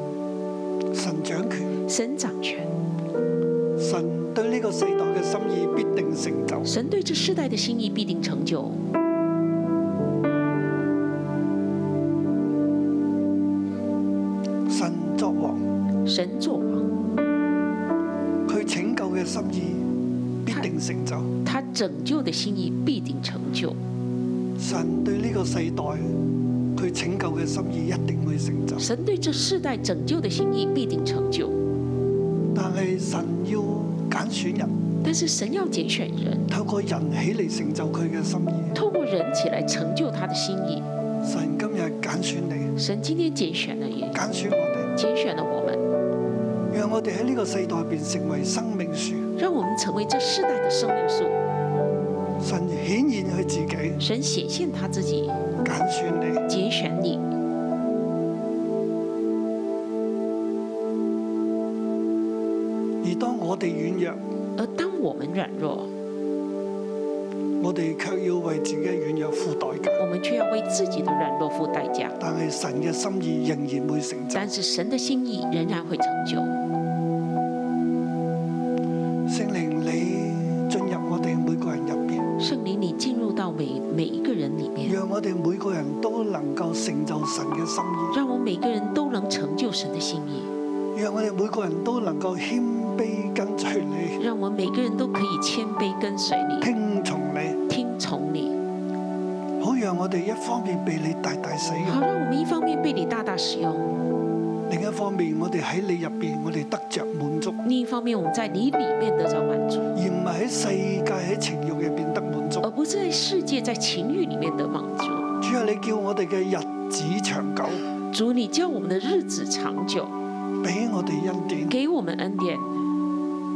B: 神掌權，
C: 神掌权，
B: 神對呢個世代嘅心意必定成就。
C: 神对这世代的心意必定成就。
B: 神作王，
C: 神作王，
B: 佢拯救嘅心意必定成就。
C: 他拯救的心意必定成就。
B: 神對呢個世代，佢拯救嘅心意一定會成就。
C: 神对这世代拯救的心意必定成就。
B: 但係神要揀選人。
C: 但是神要拣选人，
B: 透過人起嚟成就佢嘅心意。
C: 透过人起来成就他的心意。
B: 神今日揀選你，
C: 神今天拣选了也
B: 揀選我哋，
C: 拣选了我们。
B: 讓我哋喺呢個世代入邊成為生命樹。
C: 让我们成为这世代的生命树。
B: 神顯現佢自己，揀
C: 神显现他自己，
B: 選你。
C: 拣选你。
B: 而當我哋軟弱，
C: 而当我们软弱，
B: 我哋卻要為自己嘅軟弱付代價。
C: 我们却要为自己的软弱付代价。
B: 但係神嘅心意仍然會成就。
C: 但是神的心意仍然会成就。
B: 聖靈，你進入我哋每個人入邊，
C: 圣灵，你进入到每每一个人里面，
B: 讓我哋每個人都能夠成就神嘅心意，
C: 让我们每个人都能成就神的心意，
B: 讓我哋每個人都能夠謙卑跟隨你，
C: 让我们每个人都可以谦卑跟随你，
B: 聽從你。
C: 听从你，
B: 好讓我哋一方面被你大大使
C: 好
B: 用，
C: 让我们一方面被你大大使用，
B: 另一方面我哋喺你入邊，我哋得着滿足，
C: 另一方面我们在你里面得着满足，
B: 而唔係喺世界喺情欲入邊得滿足
C: 而。不是在世界在情欲里面得满足。
B: 主啊，你叫我哋嘅日子長久，
C: 主，你叫我们的日子长久，
B: 俾我哋恩典。
C: 给我们恩典，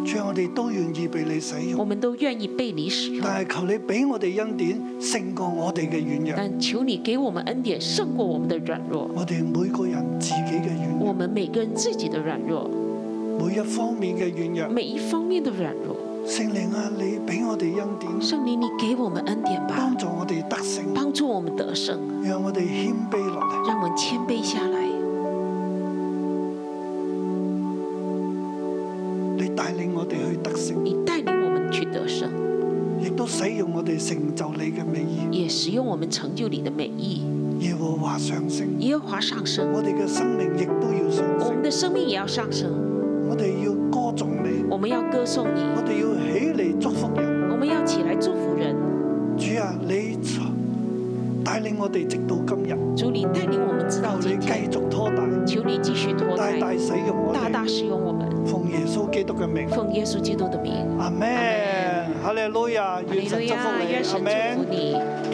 B: 主啊，我哋都願意被你使
C: 我
B: 用，
C: 们都愿意被你使用。
B: 但係求你俾我哋恩典勝過我哋嘅軟弱，
C: 但求你给我们恩典，胜过我们的软弱，
B: 我哋每個人自己嘅軟
C: 我们每个人自己的软弱，
B: 弱，每一方面嘅軟弱。
C: 每一方面的软弱。
B: 聖靈啊，你俾我哋恩典，
C: 圣灵，你给我们恩典吧
B: 幫，助我哋得勝，
C: 帮助我们得胜，
B: 讓我哋謙卑落嚟。
C: 让我们谦卑下来。
B: 你帶領我哋去得勝。
C: 你带领我们去得胜，
B: 亦都使用我哋成就你嘅美意。
C: 也使用我们成就你的美意。
B: 耶和華上升，
C: 耶和华上升，
B: 我哋嘅生命亦都要上
C: 我们
B: 升。
C: 的生命也要上升。
B: 我哋要歌頌你，
C: 我们要歌颂你，
B: 我哋要起嚟祝福人。
C: 我们要起来祝福人。
B: 主啊，你帶領我哋直到今日，
C: 主，你带领我们直到
B: 求你
C: 今天
B: 繼。續拖大，
C: 求你继续拖
B: 大
C: 带，
B: 大使用我
C: 大大
B: 哋。
C: 使用我们，
B: 奉耶穌基督嘅名，
C: 奉耶穌基督的名。
B: 阿門。哈利路亞，願神祝福
C: 愿
B: 你，阿
C: 神祝福
B: 門。
C: 你。